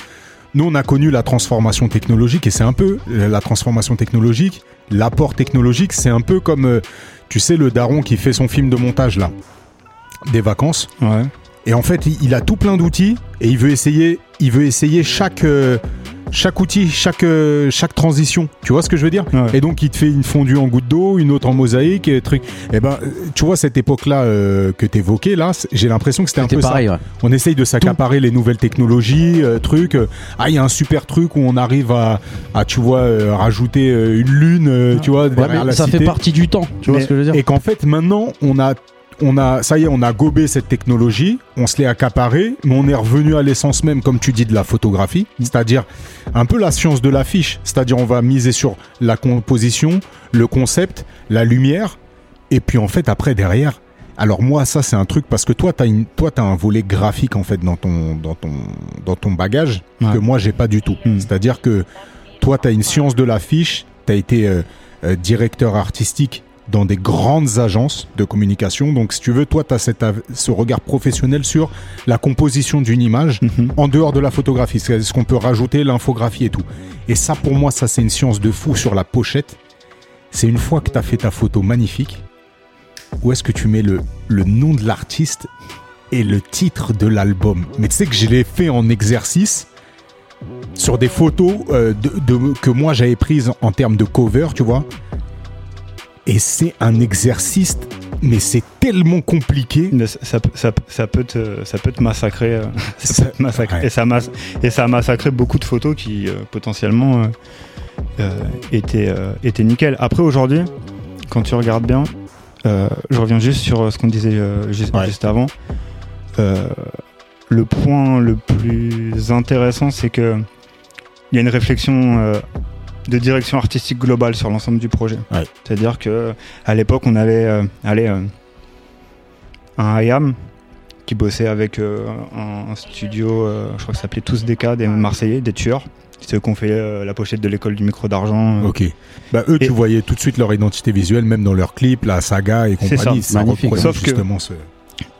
nous, on a connu la transformation technologique et c'est un peu euh, la transformation technologique, l'apport technologique, c'est un peu comme, euh, tu sais, le daron qui fait son film de montage là, des vacances. Ouais. Et en fait, il- il a tout plein d'outils et il veut essayer il veut essayer chaque, euh, chaque outil, chaque, euh, chaque transition. Tu vois ce que je veux dire Ouais. Et donc, il te fait une fondue en goutte d'eau, une autre en mosaïque, et truc. Et ben, euh, tu vois, cette époque-là euh, que t'évoquais, là, c'est- j'ai l'impression que c'était un C'était peu ça. pareil, ouais. On essaye de s'accaparer les nouvelles technologies, euh, trucs. euh, Ah, il y a un super truc où on arrive à, à tu vois, euh, rajouter euh, une lune, euh, tu vois, Ouais, derrière mais la ça cité. fait partie du temps, tu vois Mais- ce que je veux dire Et qu'en fait, maintenant, on a, on a, ça y est, on a gobé cette technologie, on se l'est accaparé, mais on est revenu à l'essence même, comme tu dis, de la photographie, c'est-à-dire un peu la science de l'affiche, c'est-à-dire on va miser sur la composition, le concept, la lumière, et puis en fait, après, derrière. Alors moi ça c'est un truc parce que toi t'as une toi t'as un volet graphique en fait dans ton dans ton dans ton bagage Ouais. que moi j'ai pas du tout. Hmm. C'est-à-dire que toi, tu as une science de l'affiche, tu as été euh, euh, directeur artistique dans des grandes agences de communication. Donc, si tu veux, toi, tu as ce regard professionnel sur la composition d'une image Mhm. en dehors de la photographie. C'est ce qu'on peut rajouter, l'infographie et tout. Et ça, pour moi, ça, c'est une science de fou sur la pochette. C'est une fois que tu as fait ta photo magnifique, où est-ce que tu mets le, le nom de l'artiste et le titre de l'album Mais tu sais que je l'ai fait en exercice sur des photos euh, de, de- que moi j'avais prises en termes de cover, tu vois. Et c'est un exercice, mais c'est tellement compliqué. Mais ça, ça- ça- ça peut te, ça peut te massacrer. euh, <laughs> ça Ça- peut te massacrer. ouais. Et, ça mas- et ça a massacré beaucoup de photos qui euh, potentiellement euh, euh, étaient, euh, étaient nickel. Après aujourd'hui, quand tu regardes bien, euh, je reviens juste sur euh, ce qu'on disait euh, ju- juste, Ouais. avant. Euh, le point le plus intéressant, c'est que il y a une réflexion euh, de direction artistique globale sur l'ensemble du projet. Ouais. C'est-à-dire que à l'époque, on avait euh, allez, euh, un IAM qui bossait avec euh, un, un studio, euh, je crois que ça s'appelait Tous des cas, des Marseillais, des tueurs. C'est eux qui ont fait euh, la pochette de l'école du micro d'argent. euh, Ok. Bah eux, Et- tu voyais tout de suite leur identité visuelle, même dans leurs clips, la saga et C'est compagnie. ça, magnifique. reproduit Sauf que- justement ce.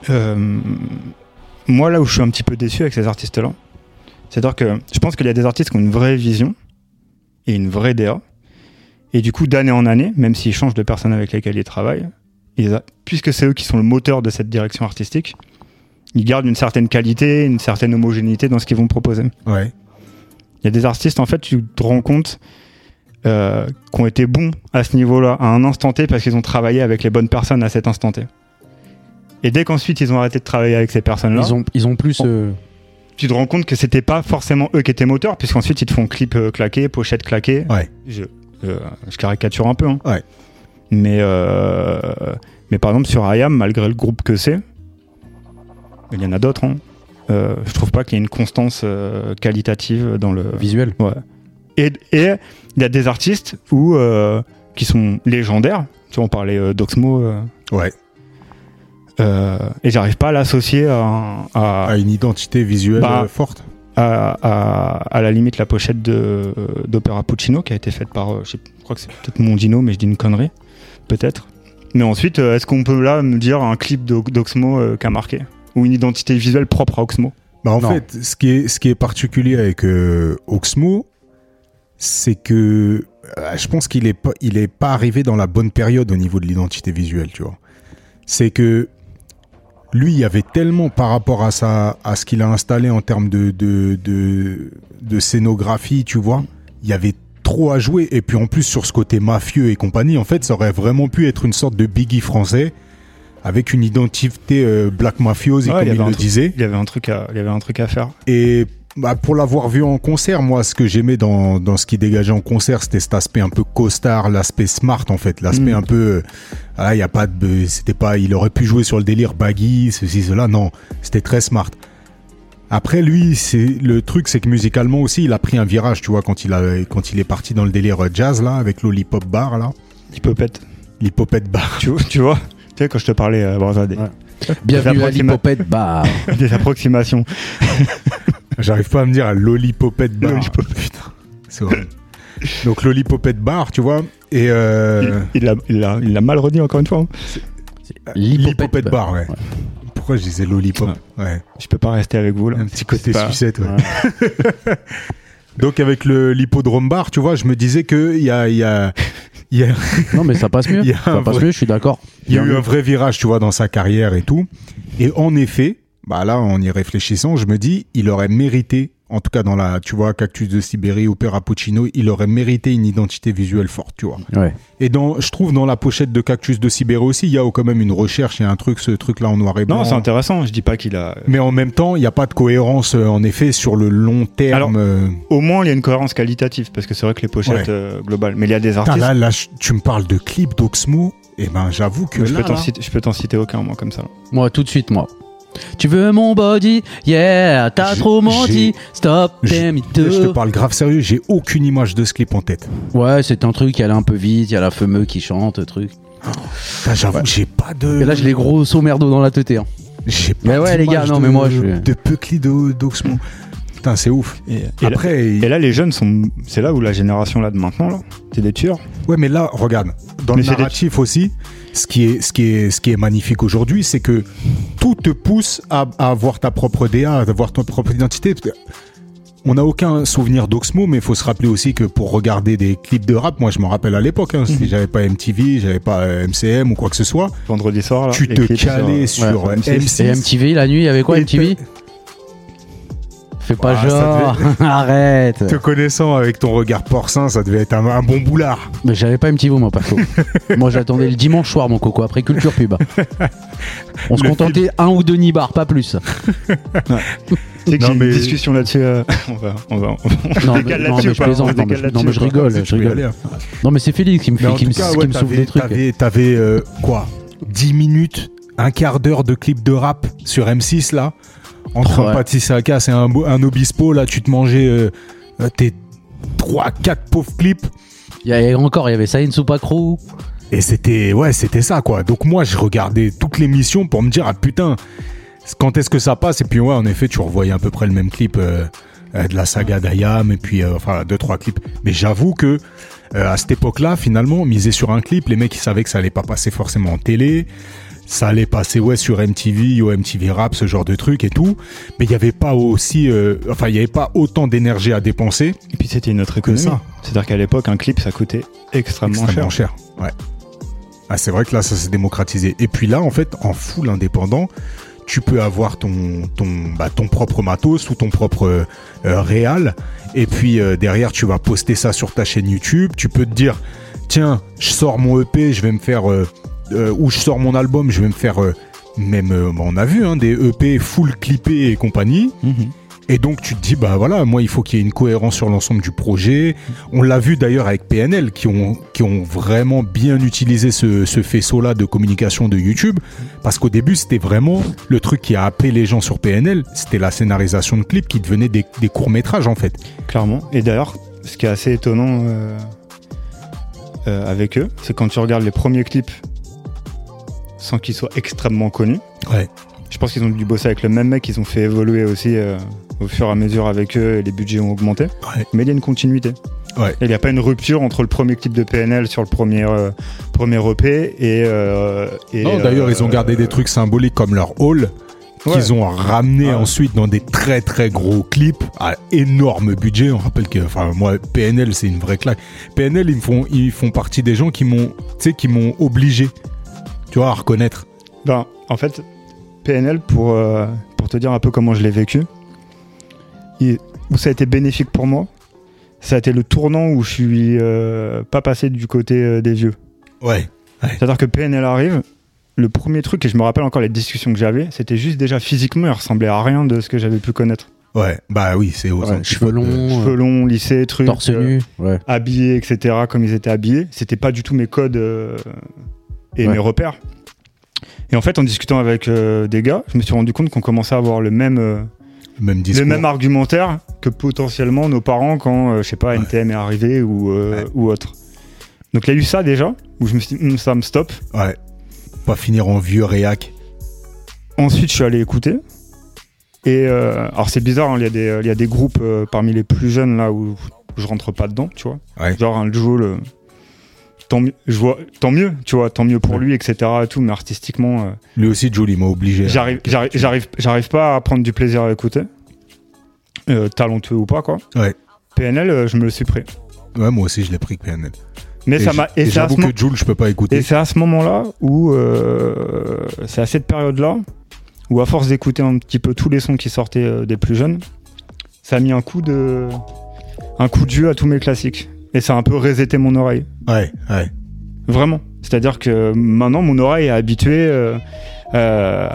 Euh, moi, là où je suis un petit peu déçu avec ces artistes-là, c'est-à-dire que je pense qu'il y a des artistes qui ont une vraie vision et une vraie DA. Et du coup, d'année en année, même s'ils changent de personnes avec lesquelles ils travaillent, ils a- puisque c'est eux qui sont le moteur de cette direction artistique, ils gardent une certaine qualité, une certaine homogénéité dans ce qu'ils vont proposer. Ouais. Il y a des artistes, en fait, tu te rends compte euh, qui ont été bons à ce niveau-là, à un instant T, parce qu'ils ont travaillé avec les bonnes personnes à cet instant T. Et dès qu'ensuite ils ont arrêté de travailler avec ces personnes-là, Ils ont, ils ont plus. Oh. euh, tu te rends compte que c'était pas forcément eux qui étaient moteurs, puisqu'ensuite ils te font clip euh, claqué, pochette claquée. Ouais. Je, euh, je caricature un peu. hein. Ouais. Mais, euh, mais par exemple, sur IAM, malgré le groupe que c'est, il y en a d'autres. hein, euh, je trouve pas qu'il y ait une constance euh, qualitative dans le, visuel. Ouais. Et et il y a des artistes où, euh, qui sont légendaires. Tu vois, on parlait euh, d'Oxmo. euh, Ouais. euh, et j'arrive pas à l'associer à, un- à, À une identité visuelle Bah, euh, forte. à- à- à la limite la pochette de- euh, d'Opéra Puccino qui a été faite par, euh, je, sais- je crois que c'est peut-être Mondino, mais je dis une connerie, peut-être. Mais ensuite, euh, est-ce qu'on peut là me dire un clip d'O- d'Oxmo euh, qui a marqué Ou une identité visuelle propre à Oxmo Bah en Non. fait, ce qui est, ce qui est particulier avec euh, Oxmo, c'est que euh, je pense qu'il est pas, il est pas arrivé dans la bonne période au niveau de l'identité visuelle, tu vois. C'est que lui, il y avait tellement par rapport à sa, à ce qu'il a installé en termes de, de, de, de scénographie, tu vois. Il y avait trop à jouer. Et puis en plus, sur ce côté mafieux et compagnie, en fait, ça aurait vraiment pu être une sorte de biggie français avec une identité euh, black mafiose, et Ouais, il y comme avait il un le truc- disait. Il y avait un truc à, il y avait un truc à faire. Et bah, pour l'avoir vu en concert, moi, ce que j'aimais dans, dans ce qui dégageait en concert, c'était cet aspect un peu costard, l'aspect smart en fait, l'aspect Mm. un peu. euh, ah, il y a pas de. C'était pas. Il aurait pu jouer sur le délire baggy, ceci, cela. Non, c'était très smart. Après, lui, c'est le truc, c'est que musicalement aussi, il a pris un virage, tu vois, quand il a quand il est parti dans le délire euh, jazz là, avec l'Olipop Bar là, Il peut pète. l'Hippopète Bar. <laughs> Tu, vois- tu vois Tu sais, quand je te parlais, euh, Borza, des, Ouais. Bienvenue à approxima- l'hypopète. Bah, <laughs> des approximations. J'arrive pas à me dire l'Olipopette Bar. Lollipop. C'est horrible. Donc l'Olipopette Bar, tu vois, et euh... Il- Il l'a il l'a- il l'a mal redit encore une fois. hein. L'hypopète l'hypopète. bar, ouais. Ouais. Pourquoi je disais lollipop ouais. Je peux pas rester avec vous là. Un petit côté C'est pas- sucette, ouais. Ouais. <laughs> Donc avec le l'hippodrome bar, tu vois, je me disais que il y a, il y a, il y a- Non, mais ça <laughs> passe mieux. Il y a un ça passe vrai- mieux, je suis d'accord. il y a eu un vrai virage, tu vois, dans sa carrière et tout. Et en effet, bah là, en y réfléchissant, je me dis, il aurait mérité En tout cas, dans la, tu vois, Cactus de Sibérie ou Père Puccino, il aurait mérité une identité visuelle forte, tu vois. Ouais. Et dans, je trouve dans la pochette de Cactus de Sibérie aussi, il y a quand même une recherche et un truc, ce truc-là en noir et blanc. Non, c'est intéressant. Je dis pas qu'il a. Mais en même temps, il n'y a pas de cohérence, euh, en effet, sur le long terme. Alors, euh, Au moins, il y a une cohérence qualitative parce que c'est vrai que les pochettes Ouais. euh, globales. Mais il y a des putain, artistes. là, là, je- tu me parles de clip d'Oxmo. Et ben, j'avoue que je, là, peux t'en là, citer- je peux t'en citer aucun, moi, comme ça. Moi, tout de suite, moi. Tu veux mon body Yeah, t'as J'ai- trop menti. j'ai- Stop, j'ai- t'aimes je te too. parle grave sérieux, j'ai aucune image de ce clip en tête. Ouais, c'est un truc, elle est un peu vite, il y a la fameuse qui chante, truc. Putain, J'avoue, que j'ai pas de. Et là, je les gros sauts merdos dans la teuté. hein. J'ai pas Mais ouais, les gars, d'image non, de- mais moi, je suis- De Peucli de- d'Oxmo. Putain, c'est ouf. Et, et là- Après, il- et là, les jeunes sont. C'est là où la génération là de maintenant, là, c'est des tueurs. Ouais, mais là, regarde, dans Mais le c'est des- narratif aussi, ce qui est, ce qui est, ce qui est magnifique aujourd'hui, c'est que tout te pousse à, à avoir ta propre DA, à avoir ta propre identité. Parce que On n'a aucun souvenir d'Oxmo, mais il faut se rappeler aussi que pour regarder des clips de rap, moi je m'en rappelle à l'époque, hein, Mhm. si j'avais pas MTV, j'avais pas euh, MCM ou quoi que ce soit, Vendredi soir, là. tu Ah, les te clips sur, calais euh, sur, ouais, M6. Et MTV, la nuit, il y avait quoi, Et MTV Fais pas Ah, ça genre, <laughs> arrête. Te connaissant avec ton regard porcin, ça devait être un, un bon boulard. Mais j'avais pas MTV, moi, par <laughs> contre. moi, j'attendais le dimanche soir, mon coco, après culture pub. On se Le contentait un ou deux nibards, pas plus. Tu sais que Non, j'ai une mais- discussion là-dessus. euh, <laughs> on va, on va, on Non, mais, décale non, là-dessus mais ou je pas On plaisante, non, décale mais, je- non, là-dessus mais ou je pas rigole, Tu je peux y rigole. aller, hein. Non, mais c'est Félix qui me, Mais fait, en qui me, tout cas, qui ouais, me souffle t'avais, des trucs. t'avais, t'avais, euh, quoi 10 minutes, un quart d'heure de clip de rap sur M6 là Entre Ouais. un pâtissaka, c'est un, bo- un obispo là, tu te mangeais euh, euh, tes 3-4 pauvres clips Il y avait encore, il y avait Saïn Soupacrou. et c'était ouais, c'était ça quoi. Donc moi je regardais toutes les missions pour me dire ah putain, quand est-ce que ça passe Et puis ouais, en effet, tu revoyais à peu près le même clip euh, euh, de la saga d'Ayam et puis euh, enfin deux trois clips. Mais j'avoue que euh, à cette époque-là, finalement, miser sur un clip, les mecs ils savaient que ça allait pas passer forcément en télé. Ça allait passer ouais sur MTV ou MTV Rap, ce genre de truc et tout, mais il y avait pas aussi, euh, enfin il y avait pas autant d'énergie à dépenser Et puis c'était une autre que économie. ça. C'est-à-dire qu'à l'époque, un clip, ça coûtait extrêmement, extrêmement cher. cher. Ouais. Ah, c'est vrai que là, ça s'est démocratisé. Et puis là, en fait, en full indépendant, tu peux avoir ton, ton, bah, ton propre matos ou ton propre euh, euh, réal. Et puis euh, derrière, tu vas poster ça sur ta chaîne YouTube. Tu peux te dire, tiens, je sors mon EP, je vais me faire... euh, euh, ou je sors mon album, je vais me faire... euh, même, euh, bah, on a vu, hein, des EP full clippés et compagnie. Mhm. Et donc tu te dis bah voilà moi il faut qu'il y ait une cohérence sur l'ensemble du projet. On l'a vu d'ailleurs avec PNL qui ont qui ont vraiment bien utilisé ce, ce faisceau là de communication de YouTube parce qu'au début c'était vraiment le truc qui a appelé les gens sur PNL c'était la scénarisation de clips qui devenaient des, des courts métrages en fait. Clairement. Et d'ailleurs, ce qui est assez étonnant euh, euh, avec eux, c'est quand tu regardes les premiers clips sans qu'ils soient extrêmement connus. Ouais. Je pense qu'ils ont dû bosser avec le même mec, qu'ils ont fait évoluer aussi euh, au fur et à mesure avec eux, et les budgets ont augmenté. Ouais. Mais il y a une continuité. Ouais. Et Il n'y a pas une rupture entre le premier clip de PNL sur le premier, euh, premier EP et. euh, et, Non d'ailleurs euh, ils ont gardé des trucs symboliques comme leur hall Ouais. qu'ils ont ramené Ah ouais. ensuite dans des très très gros clips à énorme budget. On rappelle que, enfin, moi, PNL, c'est une vraie claque. PNL, ils me font, ils font partie des gens qui m'ont, tu sais, qui m'ont obligé, tu vois, à reconnaître. Ben, en fait, PNL, pour, euh, pour te dire un peu comment je l'ai vécu, et où ça a été bénéfique pour moi, ça a été le tournant où je suis euh, pas passé du côté euh, des vieux. Ouais. C'est-à-dire que PNL arrive, le premier truc, et je me rappelle encore les discussions que j'avais, c'était juste déjà physiquement, il ressemblait à rien de ce que j'avais pu connaître. Ouais. Bah oui, c'est aux Ouais, cheveux antipodes. longs, Cheveux euh, longs, lycée, truc. torse euh, nu. Ouais. habillés, etc., comme ils étaient habillés. C'était pas du tout mes codes euh, et Ouais. mes repères. Et en fait, en discutant avec euh, des gars, je me suis rendu compte qu'on commençait à avoir le même, euh, Même le discours. même argumentaire que potentiellement nos parents quand, euh, je sais pas, NTM est arrivé ou, euh, Ouais. ou autre. Donc il y a eu ça déjà, où je me suis dit, Hum, ça me stoppe. Ouais. Pas finir en vieux réac. Ensuite, je suis allé écouter. Et euh, alors, c'est bizarre, hein, il y, a des- euh, il y a des groupes euh, parmi les plus jeunes là où je rentre pas dedans, tu vois. Ouais. Genre un Joel, euh, tant, mieux- je vois, tant mieux, tu vois, tant mieux pour lui, etc. et Tout, mais artistiquement, euh, Lui aussi, Julie m'a obligé. hein. j'arrive- j'arrive j'arrive- j'arrive pas à prendre du plaisir à écouter. Euh, talentueux ou pas, quoi. Ouais. PNL, euh, je me le suis pris. Ouais, moi aussi, je l'ai pris que PNL. Mais ça j- m'a. Et c'est à ce j'avoue moment- que Jules, je peux pas et écouter. c'est à ce moment-là où. euh, c'est à cette période-là où, à force d'écouter un petit peu tous les sons qui sortaient euh, des plus jeunes, ça a mis un coup de un coup de jeu à tous mes classiques et ça a un peu reseté mon oreille Ouais, ouais. vraiment c'est à dire que maintenant mon oreille est habituée euh, euh,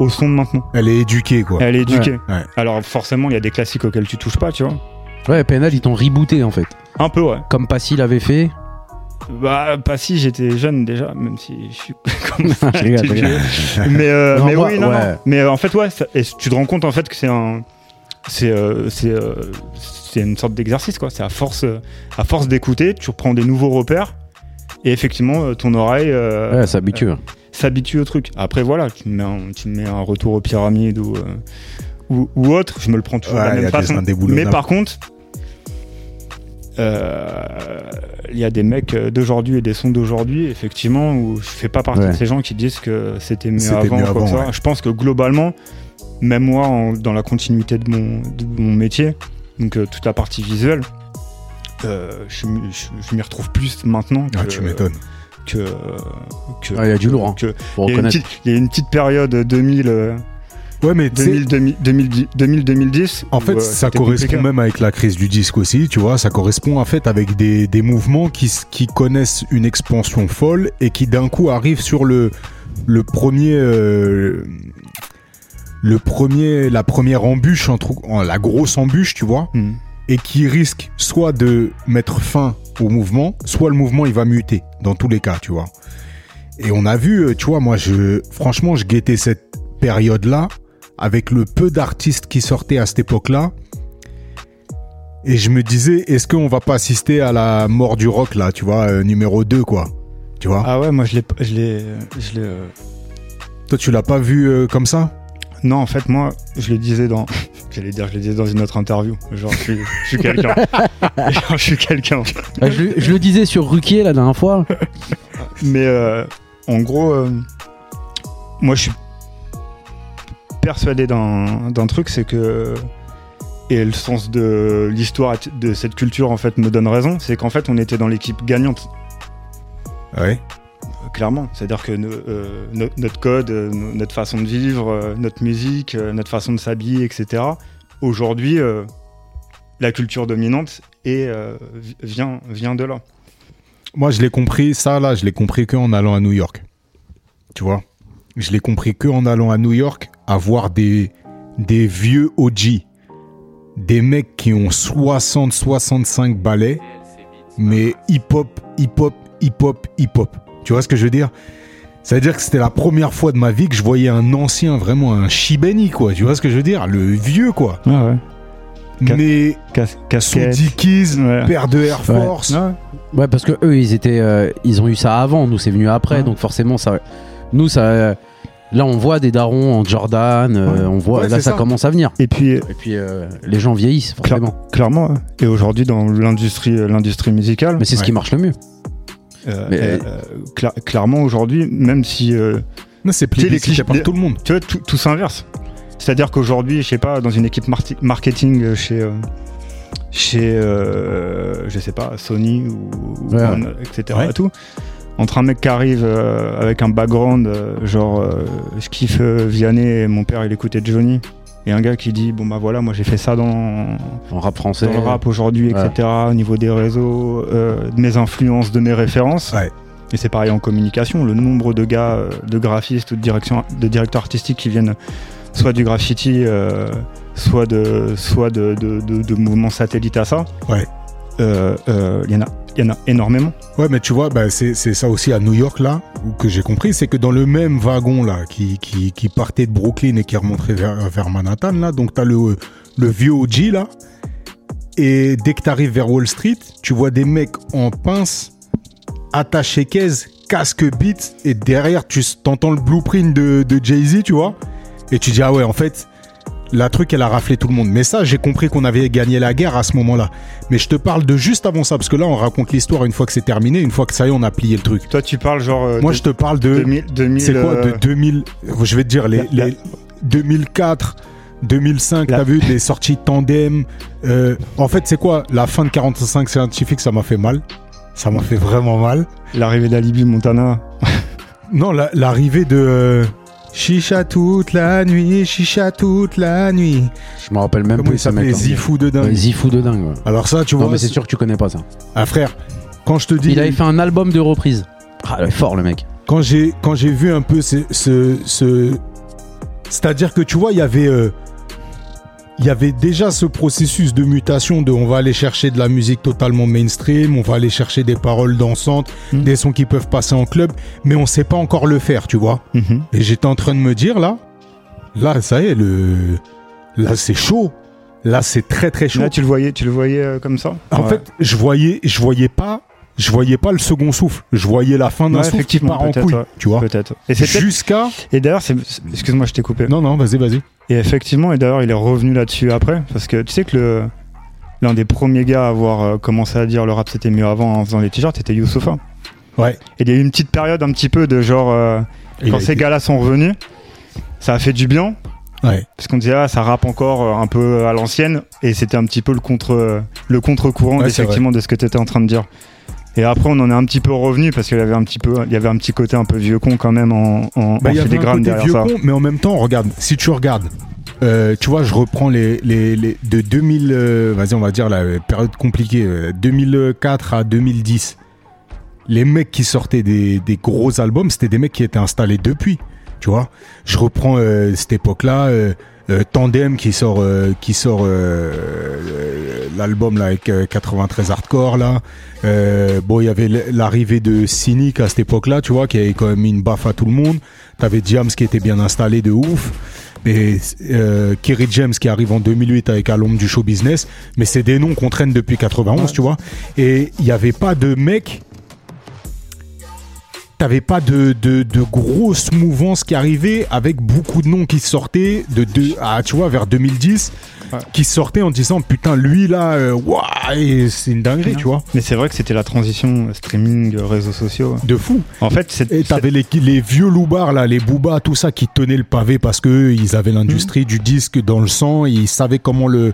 au son de maintenant Elle est éduquée, quoi. elle est éduquée Ouais, ouais. alors forcément il y a des classiques auxquels tu touches pas tu vois Ouais, PNL, ils t'ont rebooté en fait. un peu ouais Comme Passy l'avait fait. bah pas si j'étais jeune déjà même si je suis <laughs> comme Je rigole, je j'étais rigole. vieux. mais euh, Non, mais moi- oui non, non. ouais. mais euh, en fait ouais ça- et tu te rends compte en fait que c'est un c'est euh, c'est euh, c'est une sorte d'exercice quoi c'est à force euh, à force d'écouter tu reprends des nouveaux repères et effectivement euh, ton oreille euh, Ouais, c'est habitué. hein. s'habitue au truc après voilà tu me mets un, tu me mets un retour aux pyramides ou euh, ou, ou autre je me le prends toujours de Ouais, la il y même a des- façon un déboulonnable. mais par contre euh, il y a des mecs d'aujourd'hui et des sons d'aujourd'hui, effectivement, où je fais pas partie Ouais. de ces gens qui disent que c'était mieux C'était avant. mieux ou quoi que avant, ça. Je pense que globalement, même moi, en- dans la continuité de mon, de mon métier, donc euh, toute la partie visuelle, euh, je, m'y- je- je m'y retrouve plus maintenant que, Ah, tu m'étonnes. que, que- Ah, il y a du lourd, hein, que- Faut il y a une reconnaître. petite- il y a une petite période 2000, euh, Ouais, mais tu sais, 2000, 2000, 2010. En où, fait, euh, ça c'était correspond compliqué. même avec la crise du disque aussi, tu vois. Ça correspond en fait avec des, des mouvements qui, s- qui connaissent une expansion folle et qui d'un coup arrivent sur le, le premier. euh, le premier, la première embûche, entre, en- la grosse embûche, tu vois, Hmm. et qui risque soit de mettre fin au mouvement, soit le mouvement il va muter, dans tous les cas, tu vois. Et on a vu, euh, tu vois, moi, je, franchement, je guettais cette période-là avec le peu d'artistes qui sortaient à cette époque-là. Et je me disais, est-ce qu'on va pas assister à la mort du rock, là, tu vois, euh, numéro 2, quoi. Tu vois Ah ouais, moi je l'ai, je l'ai, je l'ai. euh, Toi, tu l'as pas vu euh, comme ça Non, en fait, moi, je le disais dans. <laughs> J'allais dire, je le disais dans une autre interview. Genre, je suis, je suis quelqu'un. <laughs> Genre, je suis quelqu'un. Ah, je, le- je le disais sur Ruquier la dernière fois. Mais euh, en gros, euh, moi, je suis persuadé d'un, d'un truc, c'est que. Et le sens de l'histoire de cette culture, en fait, me donne raison. C'est qu'en fait, on était dans l'équipe gagnante. Ouais. Clairement, c'est-à-dire que no- euh, no- notre code, euh, no- notre façon de vivre, euh, notre musique, euh, notre façon de s'habiller, etc. Aujourd'hui, euh, la culture dominante est, euh, vi- vient, vient de là. Moi, je l'ai compris, ça, là, je l'ai compris qu'en allant à New York. Tu vois Je l'ai compris qu'en allant à New York, à voir des, des vieux OG. Des mecs qui ont 60, 65 balais, mais hip-hop, hip-hop, hip-hop, hip-hop. Tu vois ce que je veux dire C'est-à-dire que c'était la première fois de ma vie que je voyais un ancien, vraiment un Shibani, quoi. Tu vois ce que je veux dire Le vieux, quoi. Ah ouais. Ca- Mais sous casquette. Dickies, Ouais. paire de Air Ouais. Force. Ouais. Ouais, parce que eux, ils étaient, euh, ils ont eu ça avant. Nous, c'est venu après. Ouais. Donc forcément, ça, nous, ça, euh, là, on voit des darons en Jordan. euh, on voit, Ouais, là, c'est ça, ça. commence à venir. Et puis, euh, Et puis, euh, les gens vieillissent forcément. clairement, hein. et aujourd'hui, dans l'industrie, euh, l'industrie musicale, Mais c'est ce qui marche le mieux. euh, mais- euh, cla- clairement, aujourd'hui, même si. euh, Non, c'est Tu sais, les plébiscité clichés- par tout le monde. tu vois, tout, tout s'inverse. C'est-à-dire qu'aujourd'hui, je sais pas, dans une équipe marti- marketing euh, chez, euh, chez euh, je sais pas, Sony ou, ou Ouais. un- etc. Ouais. et tout, entre un mec qui arrive euh, avec un background, euh, genre, euh, je kiffe euh, Vianney et mon père, il écoutait Johnny, et un gars qui dit, bon bah voilà, moi j'ai fait ça dans, En rap français. dans le rap aujourd'hui, Ouais. etc., au niveau des réseaux, euh, de mes influences, de mes références. Ouais. Et c'est pareil en communication, le nombre de gars, euh, de graphistes ou de, direction, de directeurs artistiques qui viennent soit du graffiti, euh, soit, de, soit de, de, de- de mouvements satellites à ça. Ouais. Euh, euh, Il y en a. Il y en a énormément. Ouais, mais tu vois, bah, c'est c'est ça aussi à New York, là, où que j'ai compris, c'est que dans le même wagon, là, qui, qui, qui partait de Brooklyn et qui remontait vers, vers Manhattan, là, donc t'as le, le vieux OG, là, et dès que t'arrives vers Wall Street, tu vois des mecs en pince, attachés caisse, casque beat, et derrière, tu s- t'entends le blueprint de, de Jay-Z, tu vois, et tu dis, ah ouais, en fait, la truc, elle a raflé tout le monde. Mais ça, j'ai compris qu'on avait gagné la guerre à ce moment-là. Mais je te parle de juste avant ça, parce que là, on raconte l'histoire une fois que c'est terminé, une fois que ça y est, on a plié le truc. Toi, tu parles genre. euh, Moi, de- je te parle de. 2000, 2000, C'est quoi euh, De 2000. Je vais te dire, les, la- les 2004, 2005, La- t'as vu des sorties tandem. euh, en fait, c'est quoi La fin de 45 scientifiques, ça m'a fait mal. Ça m'a fait vraiment mal. L'arrivée d'Alibi Montana. Non, la- l'arrivée de. euh, Chicha toute la nuit, chicha toute la nuit. Je me rappelle même Comment plus il ce mec. hein. s'appelait Zifou de dingue. Zifou de dingue. ouais. Alors ça, tu Non, vois, mais c'est sûr que tu connais pas ça. ah frère, quand je te dis, Il avait fait un album de reprise. Ah, il est fort le mec. quand j'ai quand j'ai vu un peu ce ce, ce- c'est-à-dire que tu vois, il y avait euh, il y avait déjà ce processus de mutation de on va aller chercher de la musique totalement mainstream, on va aller chercher des paroles dansantes, Mhm. des sons qui peuvent passer en club, mais on sait pas encore le faire, tu vois. Mhm. Et j'étais en train de me dire là, là ça y est, le là c'est chaud. Là, c'est très très chaud. Là, tu le voyais, tu le voyais euh, comme ça En Ouais. fait, je voyais, je voyais pas, je voyais pas le second souffle. Je voyais la fin d'un Ouais, souffle qui effectivement, part en peut-être, couille, ouais. tu vois. peut-être. Et c'est peut-être- Jusqu'à Et d'ailleurs, c'est- c'est- excuse-moi, je t'ai coupé. non non, vas-y vas-y. Et effectivement, et d'ailleurs, il est revenu là-dessus après, parce que tu sais que le l'un des premiers gars à avoir euh, commencé à dire le rap c'était mieux avant en faisant les t-shirts, c'était Youssoufa. Ouais. Et il y a eu une petite période un petit peu de genre euh, Il quand a ces été- gars-là sont revenus, ça a fait du bien. Ouais. Parce qu'on disait ah ça rappe encore euh, un peu à l'ancienne et c'était un petit peu le contre euh, le contre courant Ouais, c'est effectivement de ce que tu étais en train de dire. Et après on en est un petit peu revenu parce qu'il y avait un petit peu il y avait un petit côté un peu vieux con quand même en en, en Bah, il y avait un filigrane côté derrière vieux ça. con, mais en même temps, regarde, si tu regardes, euh, tu vois, je reprends les, les, les- de 2000, euh, vas-y, on va dire la euh, période compliquée, euh, 2004 à 2010. Les mecs qui sortaient des, des gros albums, c'était des mecs qui étaient installés depuis, tu vois. Je reprends euh, cette époque-là, euh, euh, Tandem qui sort, euh, qui sort euh, euh, l'album là avec euh, 93 hardcore là. Euh, bon, il y avait l- l'arrivée de Cynic à cette époque-là, tu vois, qui avait quand même mis une baffe à tout le monde. T'avais James qui était bien installé de ouf. Et euh, Kerry James qui arrive en 2008 avec À l'ombre du show business. Mais c'est des noms qu'on traîne depuis 91, tu vois. Et il n'y avait pas de mec. T'avais pas de, de, de grosses mouvances qui arrivaient avec beaucoup de noms qui sortaient de, de à, tu vois, vers 2010, Ouais. qui sortaient en disant putain, lui là, euh, ouah, et c'est une dinguerie, tu vois. Mais c'est vrai que c'était la transition euh, streaming euh, réseaux sociaux. De fou. En fait, c'est Et c'est- t'avais les, les vieux loubards là, les boobas, tout ça qui tenaient le pavé parce que eux, ils avaient l'industrie du disque dans le sang, ils savaient comment le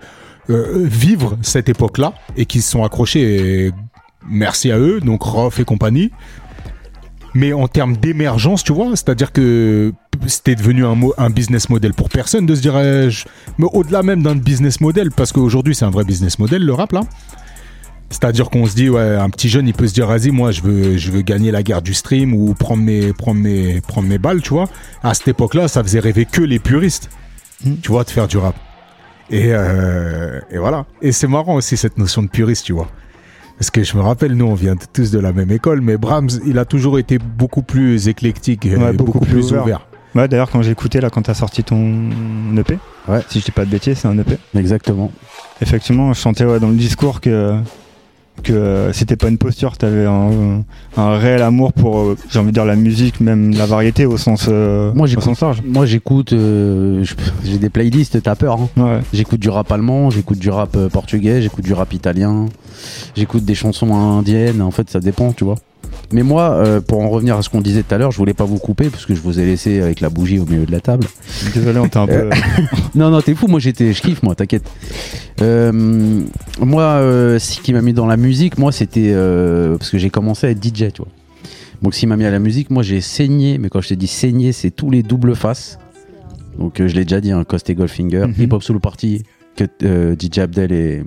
euh, vivre cette époque-là et qu'ils se sont accrochés. Et merci à eux, donc Rof et compagnie. Mais en termes d'émergence, tu vois, c'est-à-dire que c'était devenu un, mo- un business model pour personne de se dire, eh, je- mais au-delà même d'un business model, parce qu'aujourd'hui c'est un vrai business model, le rap là. C'est-à-dire qu'on se dit, ouais, un petit jeune, il peut se dire, vas-y, moi, je veux, je veux gagner la guerre du stream ou prendre mes, prendre mes, prendre mes balles, tu vois. À cette époque-là, ça faisait rêver que les puristes, Hmm. Mm. tu vois, de faire du rap. Et, euh, et voilà. Et c'est marrant aussi, cette notion de puriste, tu vois. Parce que je me rappelle, nous, on vient tous de la même école, mais Brahms, il a toujours été beaucoup plus éclectique, et Ouais, beaucoup, plus ouvert. Ouais, d'ailleurs, quand j'écoutais là, quand t'as sorti ton EP, Ouais. si je dis pas de bêtises, c'est un EP. Exactement. Effectivement, je sentais ouais, dans le discours que que euh, c'était pas une posture, t'avais un, un réel amour pour, euh, j'ai envie de dire la musique, même la variété au sens, euh, Moi, au j'écoute- sens large. Moi j'écoute, euh, je- j'ai des playlists, t'as peur. hein. Ouais. J'écoute du rap allemand, j'écoute du rap euh, portugais, j'écoute du rap italien, j'écoute des chansons indiennes, en fait ça dépend, tu vois. Mais moi, euh, pour en revenir à ce qu'on disait tout à l'heure, je voulais pas vous couper parce que je vous ai laissé avec la bougie au milieu de la table. Désolé, on t'a un <laughs> peu. Non, non, t'es fou, moi j'étais, je kiffe, moi, t'inquiète. Euh, moi, euh, ce qui m'a mis dans la musique, moi c'était euh, parce que j'ai commencé à être DJ, tu vois. Donc, ce qui m'a mis à la musique, moi j'ai saigné, mais quand je te dis saigné, c'est tous les doubles faces. Donc, euh, je l'ai déjà dit, hein, Costé Goldfinger, Mhm. Hip Hop Soul Party, que, euh, DJ Abdel et,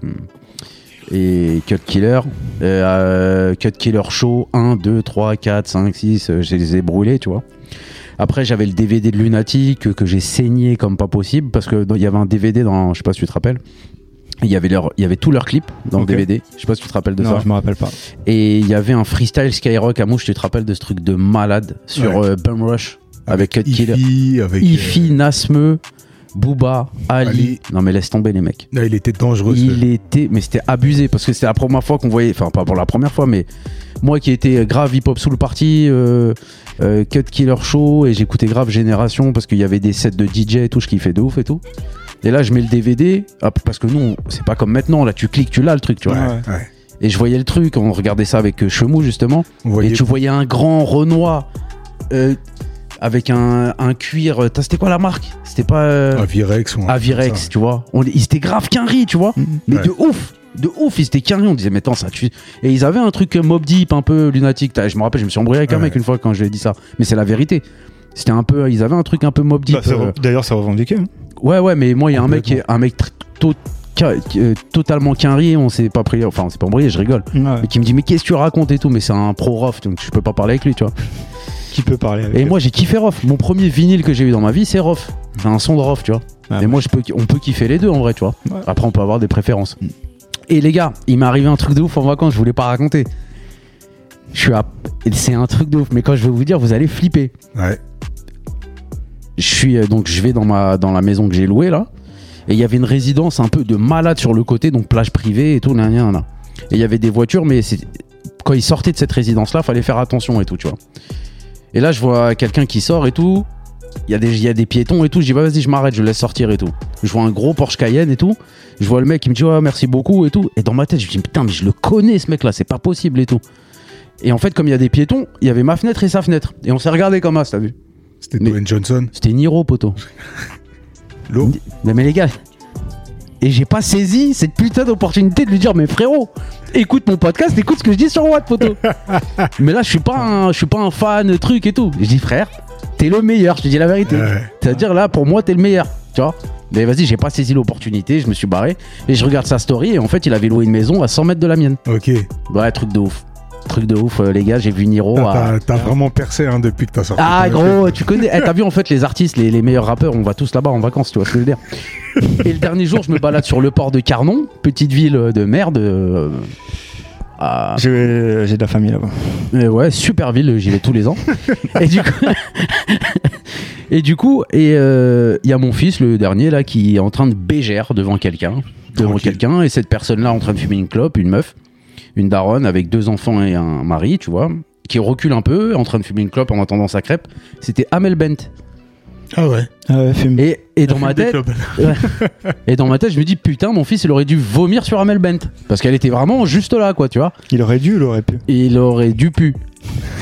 et Cut Killer. Euh, Cut Killer Show 1, 2, 3, 4, 5, 6, euh, je les ai brûlés, tu vois. Après, j'avais le DVD de Lunatic que, que j'ai saigné comme pas possible parce que dans- il y avait un DVD dans, je sais pas si tu te rappelles, il y avait leur, il y avait tous leurs clips dans Ok. le DVD. Je sais pas si tu te rappelles de non, ça. je me rappelle pas. Et il y avait un freestyle Skyrock à mouche, tu te rappelles de ce truc de malade sur Ouais. euh, Bum Rush avec Cut Killer, Ifi, avec. euh, Ifi, Nasme, Booba, Ali. Ali. Non mais laisse tomber les mecs. là, euh, il était dangereux. ce- Il était, mais c'était abusé parce que c'était la première fois qu'on voyait, enfin pas pour la première fois, mais moi qui étais grave hip hop sous le parti, euh, euh, Cut Killer Show et j'écoutais grave Génération parce qu'il y avait des sets de DJ et tout, je kiffais de ouf et tout. Et là je mets le DVD hop, parce que nous c'est pas comme maintenant, là tu cliques, tu l'as le truc, tu vois. Ouais. Ouais, ouais. Et je voyais le truc, on regardait ça avec euh, Chemou justement. On voyait Et tu voyais un grand Renoir euh, avec un, un cuir. euh, t'as- C'était quoi la marque C'était pas euh, un Virex ou un- Avirex, ça. tu vois. On, ils étaient grave qu'un riz, tu vois. Mhm. Mais Ouais. de ouf, de ouf, ils étaient qu'un riz. On disait, mais attends, ça tue. Et ils avaient un truc euh, mob deep, un peu lunatique. T'as- Je me rappelle, je me suis embrouillé avec un Ouais. mec une fois quand je lui ai dit ça. Mais c'est la vérité. C'était un peu, ils avaient un truc un peu mob deep. Bah, c'est euh, re- D'ailleurs, c'est revendiqué. hein. Ouais, ouais, mais moi, il y a un mec qui est un mec tr- to- ca- qui est totalement quinrier, on s'est pas pris, enfin, on s'est pas embrouillé, je rigole. Mais qui me dit, mais qu'est-ce que tu racontes et tout, mais c'est un pro rof, donc je peux pas parler avec lui, tu vois. Qui peut parler avec Et eux. moi, j'ai kiffé rof. Mon premier vinyle que j'ai eu dans ma vie, c'est rof. C'est un son de rof, tu vois. Ah et ouais. moi, je peux, on peut kiffer les deux en vrai, tu vois. Ouais. Mm. Après, on peut avoir des préférences. Et les gars, il m'est arrivé un truc de ouf en vacances, je voulais pas raconter. Je suis à. C'est un truc de ouf, mais quand je vais vous dire, vous allez flipper Ouais. je suis euh, donc je vais dans ma dans la maison que j'ai louée là et il y avait une résidence un peu de malade sur le côté donc plage privée et tout là, là, là. et il y avait des voitures mais c'est quand ils sortaient de cette résidence là fallait faire attention et tout tu vois et là je vois quelqu'un qui sort et tout il y, a des, il y a des piétons et tout, je dis bah vas-y je m'arrête, je le laisse sortir et tout. Je vois un gros Porsche Cayenne et tout, je vois le mec qui me dit ouais merci beaucoup et tout, et dans ma tête je me dis putain mais je le connais ce mec là, c'est pas possible et tout. Et en fait comme il y a des piétons, il y avait ma fenêtre et sa fenêtre, et on s'est regardé comme ça, t'as vu C'était Mais- Dwayne Johnson. C'était Niro poteau. L'eau. Non mais les gars, et j'ai pas saisi cette putain d'opportunité de lui dire mais frérot, écoute mon podcast, écoute ce que je dis sur Watt <laughs> photo. mais là je suis pas un, je suis pas un fan truc et tout. Je dis frère, t'es le meilleur, je te dis la vérité. Ouais. C'est-à-dire là pour moi t'es le meilleur, tu vois. Mais vas-y, j'ai pas saisi l'opportunité, je me suis barré et je regarde sa story et en fait il avait loué une maison à 100 mètres de la mienne. Ok. Ouais, truc de ouf. Truc de ouf euh, les gars, j'ai vu Niro T'as- à T'as t'as vraiment percé hein, depuis que t'as sorti. ah ton gros, tu connais. Eh, T'as vu en fait les artistes, les, les meilleurs rappeurs, on va tous là-bas en vacances, tu vois ce que je veux dire. Et le dernier jour, je me balade sur le port de Carnon, petite ville de merde. euh, ah, J'ai j'ai de la famille là-bas. euh, ouais, super ville, j'y vais tous les ans. Et du coup, <laughs> et du coup, et euh, il y a mon fils, le dernier là, qui est en train de bégère devant quelqu'un, devant Tranquille. quelqu'un, et cette personne-là en train de fumer une clope, une meuf, une daronne avec deux enfants et un mari, tu vois, qui recule un peu, en train de fumer une clope en attendant sa crêpe. C'était Amel Bent. Ah ouais. fume. Et, et dans ma tête, et dans ma tête, je me dis putain, mon fils, il aurait dû vomir sur Amel Bent parce qu'elle était vraiment juste là, quoi, tu vois. Il aurait dû, il aurait pu. Et il aurait dû pu.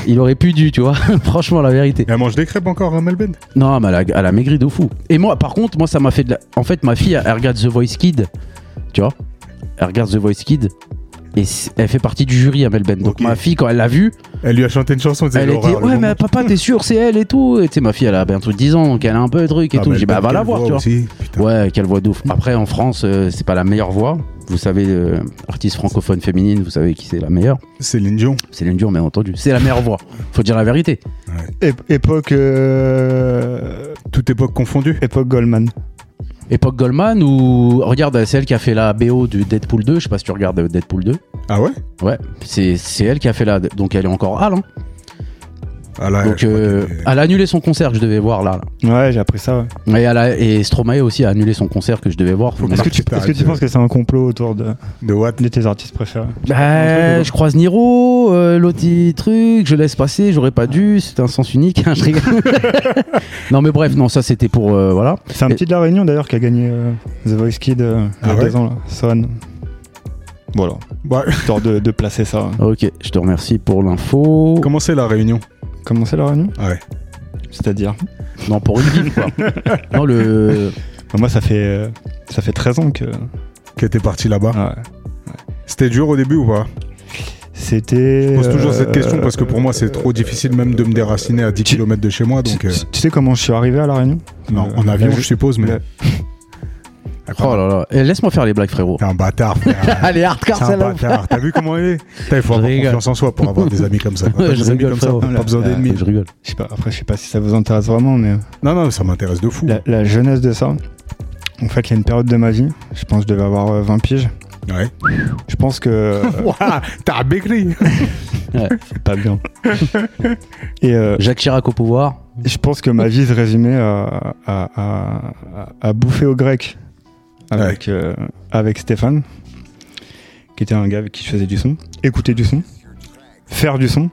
Il aurait pu dû, tu vois. <laughs> Franchement, la vérité. Elle mange des crêpes encore, hein, Melben Non, mais elle a, elle a maigri de fou. Et moi, par contre, moi, ça m'a fait de la... En fait, ma fille, elle regarde The Voice Kid, tu vois. Elle regarde The Voice Kid et c- elle fait partie du jury, Amel Bent. Donc Ok. ma fille, quand elle l'a vue, Elle lui a chanté une chanson. disait elle était l'horreur, le ouais, moment. mais papa, t'es sûr, c'est elle et tout. Et tu sais, ma fille, elle a bientôt 10 ans, donc elle a un peu de truc et Ah, tout. Je dis, Melben, bah, va la quelle voir, voix tu vois. aussi, putain. Ouais, quelle voix d'ouf. Après, en France, euh, c'est pas la meilleure voix. Vous savez, euh, artiste francophone féminine, vous savez qui c'est la meilleure. Céline Dion. C'est Dion, bien entendu. C'est la meilleure voix. Faut dire la vérité. Ép- époque. euh, Toute époque confondue. Époque Goldman. Époque Goldman ou. Regarde, c'est elle qui a fait la BO du Deadpool 2. Je sais pas si tu regardes euh, Deadpool 2. Ah ouais Ouais, c'est c'est elle qui a fait la. Donc elle est encore à hein. Ah là, Donc je crois euh, qu'elle était- elle a annulé son concert que je devais voir là. Ouais, j'ai appris ça. ouais. là. Et, elle a- et Stromae aussi a annulé son concert que je devais voir. Faut Donc, que Est-ce que, Marc, tu, tu est-ce que t'arrêtes, tu euh. penses que c'est un complot autour de, De what de tes artistes préférés Bah, je croise Niro, euh, l'autre il- truc, je laisse passer, j'aurais pas dû, c'était un sens unique, hein, je rigole. non mais bref, non, ça c'était pour euh, voilà. C'est un Et- petit de la Réunion d'ailleurs qui a gagné euh, The Voice Kid euh, il y Ah a ouais deux ans là. Sohan. Voilà, Bah, <laughs> histoire de, de placer ça. OK, je te remercie pour l'info. Comment c'est la réunion Ah Comment c'est la Réunion Ouais. C'est-à-dire Non, pour une ville quoi. non le Bah, Moi ça fait, euh, ça fait 13 ans que. Que t'es parti là-bas. Ah Ouais. C'était dur au début ou pas C'était. Je pose toujours cette euh, question parce que pour moi c'est trop difficile même de me déraciner à 10 tu- km de chez moi Tu, donc euh, tu- tu sais comment je suis arrivé à la Réunion non euh, en avion la- je suppose mais <laughs> la- Ah, Oh pardon. là là, Eh, laisse-moi faire les blagues frérot. T'es un bâtard frère. Allez, hardcore C'est un celle-là. bâtard. T'as vu comment il est Putain, Il faut Je avoir rigole. confiance en soi pour avoir des amis comme ça. Quand t'as Je des amis rigole, comme ça, frérot. t'as pas besoin Ouais. d'ennemis. Ah, Je rigole. Je sais pas, après, je sais pas si ça vous intéresse vraiment, mais Non, non, ça m'intéresse de fou. la, la jeunesse de ça. En fait, il y a une période de ma vie, je pense que je devais avoir euh, 20 piges. Ouais. Je pense que. <laughs> euh, Ouah, T'as bécri c'est pas bien. <laughs> Et euh, Jacques Chirac au pouvoir. je pense que ma vie se résumait à, à, à- à- à bouffer au grec avec, euh, avec Stéphane, qui était un gars avec qui je faisais du son, écouter du son, faire du son.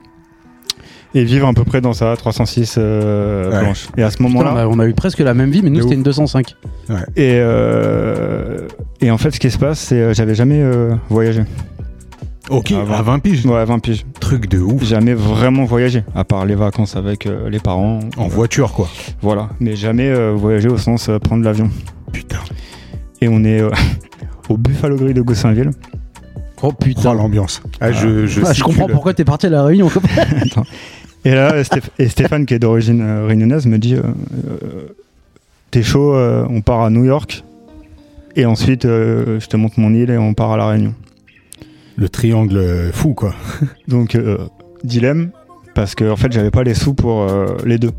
Et vivre à peu près dans sa 306 euh, Ouais. planche. Et à ce Putain, moment-là, on, a, on a eu presque la même vie mais nous De c'était ouf. une 205. Et, euh, et en fait, ce qui se passe, c'est euh, j'avais jamais euh, voyagé. Ok, Ah, vingt. à 20 piges. Ouais, 20 piges. Truc de ouf. Jamais vraiment voyagé, à part les vacances avec euh, les parents. En voiture quoi. Voilà. Mais jamais euh, voyagé au sens euh, prendre l'avion. Putain. Et on est euh, <laughs> au Buffalo Grill de Gossainville. Oh Oh putain. l'ambiance. Ah, je, je, Ah, je situe comprends le- pourquoi t'es parti à la réunion. Et là, Stéph- et Stéphane, qui est d'origine euh, réunionnaise, me dit euh, euh, T'es chaud, euh, on part à New York. Et ensuite, euh, je te monte mon île et on part à La Réunion. Le triangle euh, fou, quoi. Donc, euh, dilemme, parce que en fait, j'avais pas les sous pour euh, les deux.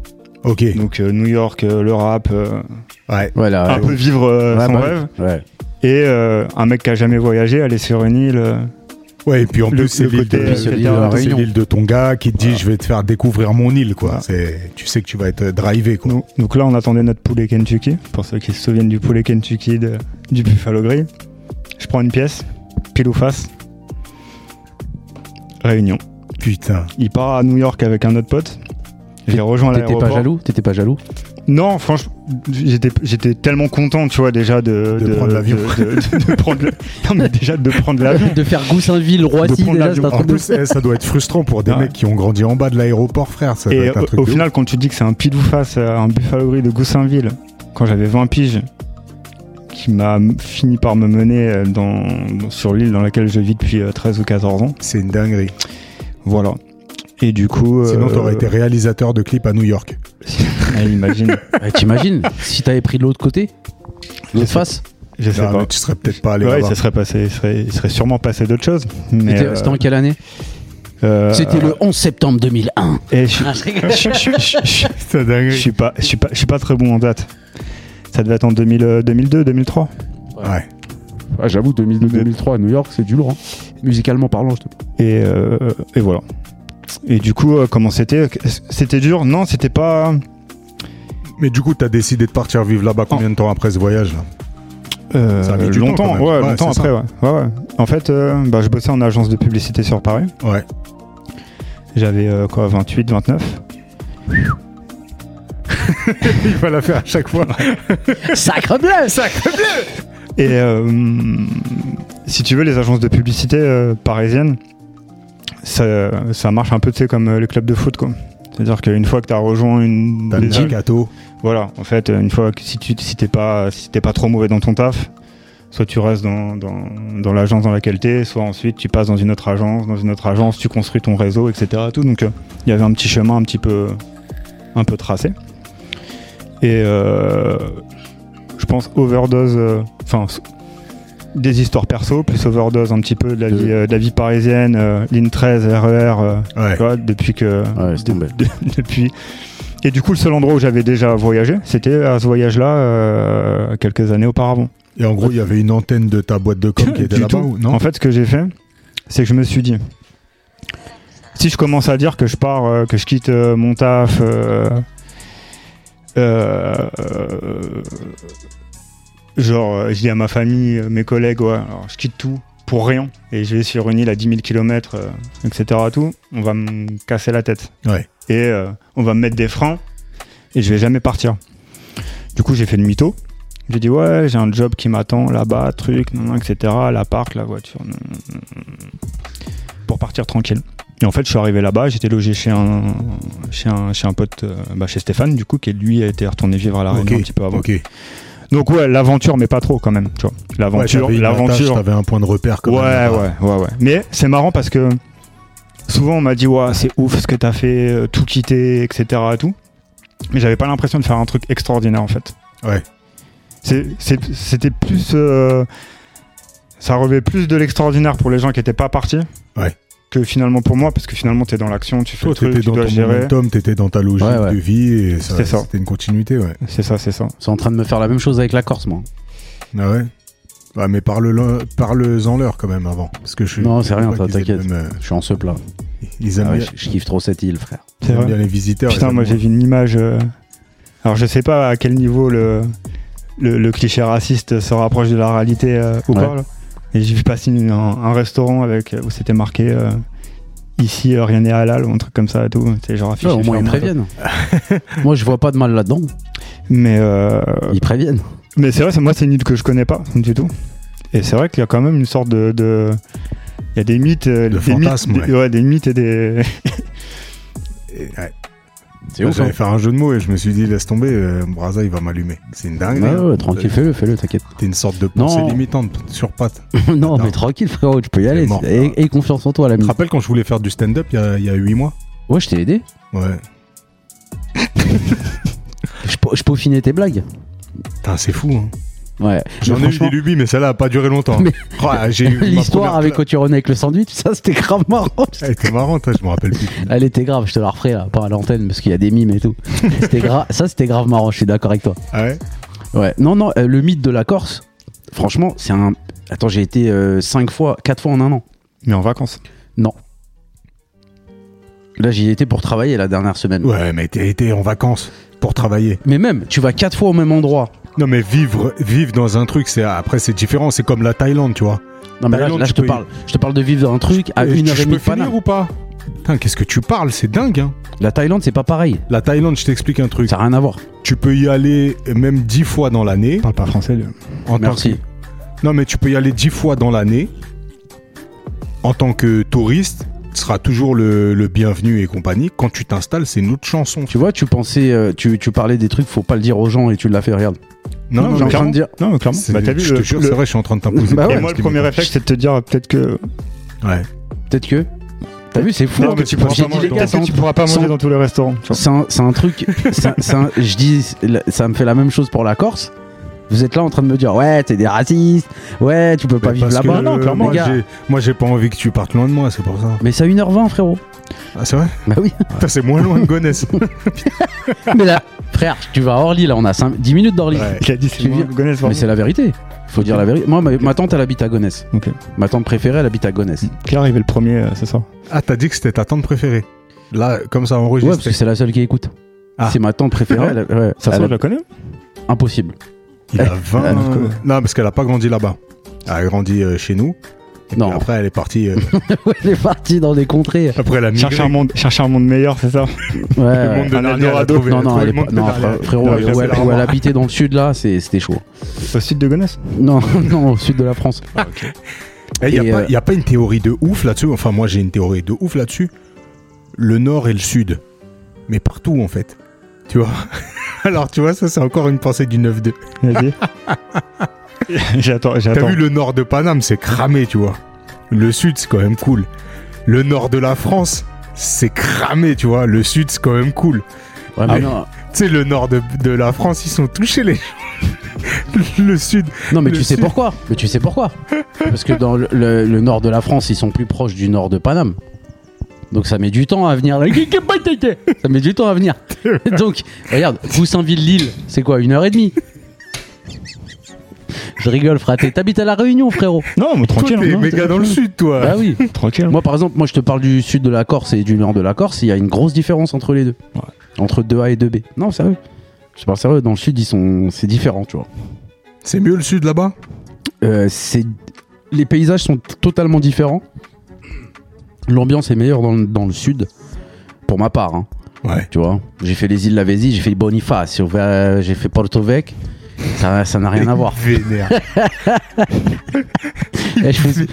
Ok. Donc, euh, New York, euh, le rap, euh, Ah, Ouais. Voilà. un peu vivre euh, Ouais, son bah oui. rêve. Ouais. Et euh, un mec qui a jamais voyagé, aller sur une île. euh, Ouais, et puis en Le- plus, c'est le l'île côté, de, euh, c'est côté l'île- La c'est Réunion. l'île de ton gars qui te dit Voilà. Je vais te faire découvrir mon île, quoi. Voilà. C'est- Tu sais que tu vas être euh, drivé, quoi. Donc, donc là, on attendait notre poulet Kentucky. Pour ceux qui se souviennent du poulet Kentucky de- du Buffalo Grill, je prends une pièce, pile ou face. Réunion. Putain. Il part à New York avec un autre pote. J'ai rejoint T'étais l'aéroport. pas jaloux T'étais pas jaloux Non, franchement, j'étais, j'étais tellement content, tu vois, déjà de, De prendre l'avion. De, de- de prendre le- non, mais déjà de prendre l'avion. De faire Goussainville, Ah De Roissy, prendre déjà, l'avion. c'est un En truc de plus, eh, ça doit être frustrant pour des Ouais. mecs qui ont grandi en bas de l'aéroport, frère. Ça doit Et être un au, truc au de final, quand tu dis que c'est un pile ou face à un Buffalo Grill de Goussainville, quand j'avais 20 piges, qui m'a m- fini par me mener euh, dans, dans- sur l'île dans laquelle je vis depuis euh, 13 ou 14 ans. ouf. C'est une dinguerie. Voilà. Et du coup. Sinon, euh, <laughs> t'aurais été réalisateur de clips à New York. Ah, imagine. Ouais, <laughs> T'imagines Si t'avais pris de l'autre côté L'autre face Je sais Ah, pas. mais tu serais peut-être pas allé Ouais, là-bas. ça serait passé, il serait, il serait sûrement passé d'autres choses. Mais, C'était euh, c'était en quelle année euh, C'était le 11 septembre 2001. et je- Ah, je rigole. <laughs> je- je- je- je- C'est dingue. Je suis pas, je suis pas, je suis pas très bon en date. Ça devait être en 2000, euh, 2002, 2003. Ouais. Ah, J'avoue, 2002-2003 à New York, c'est du lourd. hein. Musicalement <laughs> parlant, je te Et, euh, et voilà. Et du coup, euh, comment c'était C'était dur Non, c'était pas. Mais du coup, t'as décidé de partir vivre Oh. là-bas combien de temps après ce voyage là euh, Ça a mis du temps, quand longtemps, même. ouais, Ouais, longtemps c'est après, ouais. Ouais, ouais. En fait, euh, bah, je bossais en agence de publicité sur Paris. <laughs> Ouais. J'avais euh, quoi, 28, 29. Il va la faire à chaque fois. Sacre bleu Et euh, si tu veux, les agences de publicité euh, parisiennes, ça, ça marche un peu, tu sais, comme euh, les clubs de foot, quoi. C'est-à-dire qu'une fois que tu as rejoint une. T'as des le mercato. Voilà, en fait, euh, une fois que si tu si t'es pas si t'es pas trop mauvais dans ton taf, soit tu restes dans, dans, dans l'agence dans laquelle t'es, soit ensuite tu passes dans une autre agence, dans une autre agence, tu construis ton réseau, etc. Tout. Donc euh, il y avait un petit chemin un petit peu un peu tracé. Et euh, je pense overdose, euh, enfin s- des histoires perso, plus overdose un petit peu de la vie, euh, de la vie parisienne, euh, ligne 13, RER. euh, Ouais. tu vois, depuis que. Ouais, c'est de- tombé. de- depuis. Et du coup, le seul endroit où j'avais déjà voyagé, c'était à ce voyage-là euh, quelques années auparavant. Et en gros, il y avait une antenne de ta boîte de <laughs> com qui était Du là-bas tout. ou non En fait, ce que j'ai fait, c'est que je me suis dit si je commence à dire que je pars, euh, que je quitte euh, mon taf, euh, euh, euh, genre, euh, je dis à ma famille, euh, mes collègues, ouais, alors je quitte tout pour rien et je vais sur une île à 10 000 km, etc. euh, Tout, on va me casser la tête. Ouais. Et euh, on va me mettre des freins et je vais jamais partir. Du coup, j'ai fait le mytho. J'ai dit, ouais, j'ai un job qui m'attend là-bas, truc, nan, nan, etc. L'appart, la voiture. nan, nan, nan, nan. Pour partir tranquille. Et en fait, je suis arrivé là-bas, j'étais logé chez un, chez un, chez un pote, euh, bah, chez Stéphane, du coup, qui lui a été retourné vivre à la Réunion Ok, un petit peu avant. Ok. Ouais, Donc ouais, l'aventure, mais pas trop quand même. Tu vois, l'aventure, t'avais une attache, l'aventure. T'avais un point de repère Ouais, comme ouais, ouais, ouais. Mais c'est marrant parce que souvent on m'a dit ouais, c'est ouf ce que t'as fait, euh, tout quitter, etc. Tout. Mais j'avais pas l'impression de faire un truc extraordinaire en fait. Ouais. C'est- c'est- C'était plus, euh, ça relevait plus de l'extraordinaire pour les gens qui étaient pas partis. Ouais. Que finalement pour moi, parce que finalement t'es dans l'action, tu fais Toi, le truc, t'étais tu dans dois ton gérer. momentum, t'étais dans ta logique Ouais, ouais. de vie et ça- C'était ça. c'était une continuité, ouais. C'est ça, c'est ça. C'est en train de me faire la même chose avec la Corse, moi. Ah ouais Bah, mais parle-le- parle-en leur quand même avant. Parce que je Non, c'est je rien, crois toi, qu'ils aiment t'inquiète. même, euh, Je suis en ce plat. Ils aiment Ah ouais, bien- je, je kiffe trop cette île, frère. ils C'est aiment vrai. bien les visiteurs. Putain, ils moi aiment- j'ai vu une image. euh, Alors je sais pas à quel niveau le, le, le cliché raciste se rapproche de la réalité euh, ou pas. Ouais. là. Et j'ai vu passer une- un, un restaurant avec où c'était marqué euh, ici euh, rien n'est halal ou un truc comme ça et tout. C'est genre affiché. Ouais, au sur moins, un ils manteau. préviennent. <laughs> moi, je vois pas de mal là-dedans. Mais euh, Ils préviennent. mais c'est vrai, c'est- moi c'est une île que je connais pas du tout. Et c'est vrai qu'il y a quand même une sorte de, de- il y a des mythes, euh, De des mythes- fantasmes, des- ouais, des mythes et des <laughs> Et- ouais. C'est ouf. J'allais hein. faire un jeu de mots et je me suis dit, laisse tomber, euh, Braza, il va m'allumer. C'est une dingue. Ouais, ouais, tranquille, fais-le, fais-le, t'inquiète. <laughs> T'es une sorte de pensée Non. limitante sur pattes. Non. non, mais tranquille, frérot, tu peux y C'est aller. mort. Et, et confiance en toi, l'ami. Tu te rappelles quand je voulais faire du stand-up il y a, il y a 8 mois Ouais, je t'ai aidé. Ouais. Je, pau- je peaufinais tes blagues. Putain, c'est fou. Hein. Ouais. J'en Mais ai eu franchement, des lubies, mais celle-là a pas duré longtemps. Mais- Oh, là, j'ai eu ma <laughs> L'histoire première avec claque. Oturon avec le sandwich, ça c'était grave marrant. Elle était marrante, hein, je me rappelle plus. Elle était grave, je te la referai là, pas à l'antenne parce qu'il y a des mimes et tout. C'était gra- ça c'était grave marrant, je suis d'accord avec toi. Ah ouais Ouais, non, non, euh, le mythe de la Corse, franchement, c'est un. Attends, j'ai été 5 fois, 4 fois en un an. Mais en vacances. Là, j'y étais pour travailler la dernière semaine. Ouais, mais t'es été en vacances pour travailler. Mais même, tu vas 4 fois au même endroit. Non, mais vivre, vivre dans un truc, c'est après c'est différent. C'est comme la Thaïlande, tu vois. Non, mais là, Thaïlande, là, je tu te peux y- parle. Je te parle de vivre dans un truc à Et Ah, une heure je et demie peux de Paname. finir ou pas Putain, qu'est-ce que tu parles C'est dingue. Hein. La Thaïlande, c'est pas pareil. La Thaïlande, je t'explique un truc. Ça n'a rien à voir. Tu peux y aller même dix fois dans l'année. parle pas français, lui. en tant Merci. que- Non, mais tu peux y aller dix fois dans l'année. En tant que touriste, tu seras toujours le, le bienvenu et compagnie. Quand tu t'installes, c'est une autre chanson. Tu vois, tu pensais, euh, tu, tu parlais des trucs, faut pas le dire aux gens et tu l'as fait, regarde. Non, J'ai en mais train de dire. Non, mais clairement. C'est- Bah, t'as vu, je le- te jure, le- c'est vrai, je suis en train de t'imposer. Bah des Et ouais, moi, blagues, le premier mais- réflexe, c'est de te dire euh, peut-être que. Ouais. Peut-être que. T'as vu, c'est fou. hein, Non, mais tu pourras J'ai pas dit manger- les peut-être que tu 400. pourras pas manger sans- dans tous les restaurants. tu vois. C'est un, c'est un truc. c'est un- c'est un- je dis, ça me fait la même chose pour la Corse. Vous êtes là en train de me dire, ouais, t'es des racistes. Ouais, tu peux pas Mais vivre parce que, là-bas. euh, Les moi, gars. j'ai- Moi, j'ai pas envie que tu partes loin de moi, c'est pour ça. Mais c'est à 1h20, frérot. Ah, c'est vrai Bah oui. Putain, C'est moins loin de Gonesse. <laughs> Mais là, frère, tu vas à Orly, là, on a 10 minutes d'Orly. Ouais. Il a dit, c'est Tu moi, viens- Gonesse, Mais vraiment. c'est la vérité. Faut dire la vérité. Moi, ma, ma tante, elle habite à Gonesse. Ok. Ma tante préférée, elle habite à Gonesse. Qui est arrivé le premier euh, ce soir <laughs> Ah, t'as dit que c'était ta tante préférée. Là, comme ça, Ouais, parce enregistré. que c'est la seule qui écoute. Ah. C'est ma tante préférée. elle- ouais, Ça se elle- trouve, je la connais impossible. Il a 20 Ah, non. Non, parce qu'elle a pas grandi là-bas. Elle a grandi euh, chez nous. Et Non. puis après, elle est partie. <laughs> euh, Ouais, elle est partie dans des contrées. après, elle a migré. Cherche un monde, cherche un monde meilleur, c'est ça Ouais, Le ouais. monde de Un Narnia, elle a Eldorado. trouvé- elle a Ah, Non, non, trouvé elle le est monde pas- de non, Narnia. frère- frérot, Non, ça, elle- où, c'est elle, la où elle maman. habitait dans le sud, là, c'est- c'était chaud. Au sud de Gonesse. Non, <laughs> non, au sud de la France. Eh, Il Et, n'y a, pas- euh, il y a pas une théorie de ouf là-dessus. Enfin, moi, j'ai une théorie de ouf là-dessus. Le nord et le sud. Mais partout, en fait. Tu vois <laughs> Alors, tu vois, ça, c'est encore une pensée du 9-2. <laughs> Vas-y. j'attends, T'as j'attends. vu, le nord de Paname, c'est cramé, tu vois. Le sud, c'est quand même cool. Le nord de la France, c'est cramé, tu vois. Le sud, c'est quand même cool. Ouais, Ah mais oui. non, Tu sais, le nord de, de la France, ils sont touchés, les gens. <laughs> Le sud. non, mais Le tu sais sud. pourquoi. Mais tu sais pourquoi. Parce que dans le, le- le nord de la France, ils sont plus proches du nord de Paname. Donc ça met du temps <laughs> à venir. Ça met du temps à venir. Donc, regarde, Goussainville-Lille, c'est quoi, une heure et demie Je rigole, fraté. T'habites à La Réunion, frérot Non, mais tranquille. toi, t'es hein, méga t'es- dans le sud, toi. Bah oui. Tranquille. Moi, par exemple, moi, je te parle du sud de la Corse et du nord de la Corse. Il y a une grosse différence entre les deux. Ouais. Entre 2A et 2B. Non, sérieux. Je parle sérieux. Dans le sud, ils sont, c'est différent, tu vois. C'est mieux le sud là-bas Euh, c'est, les paysages sont t- totalement différents. L'ambiance est meilleure dans, le- dans le sud. Pour ma part, hein, Ouais. tu vois. J'ai fait les îles Lavezzi, j'ai fait Bonifacio, euh, j'ai fait Porto Vec. Ça, ça n'a rien <laughs> à voir. Vénère. Eh, je fais-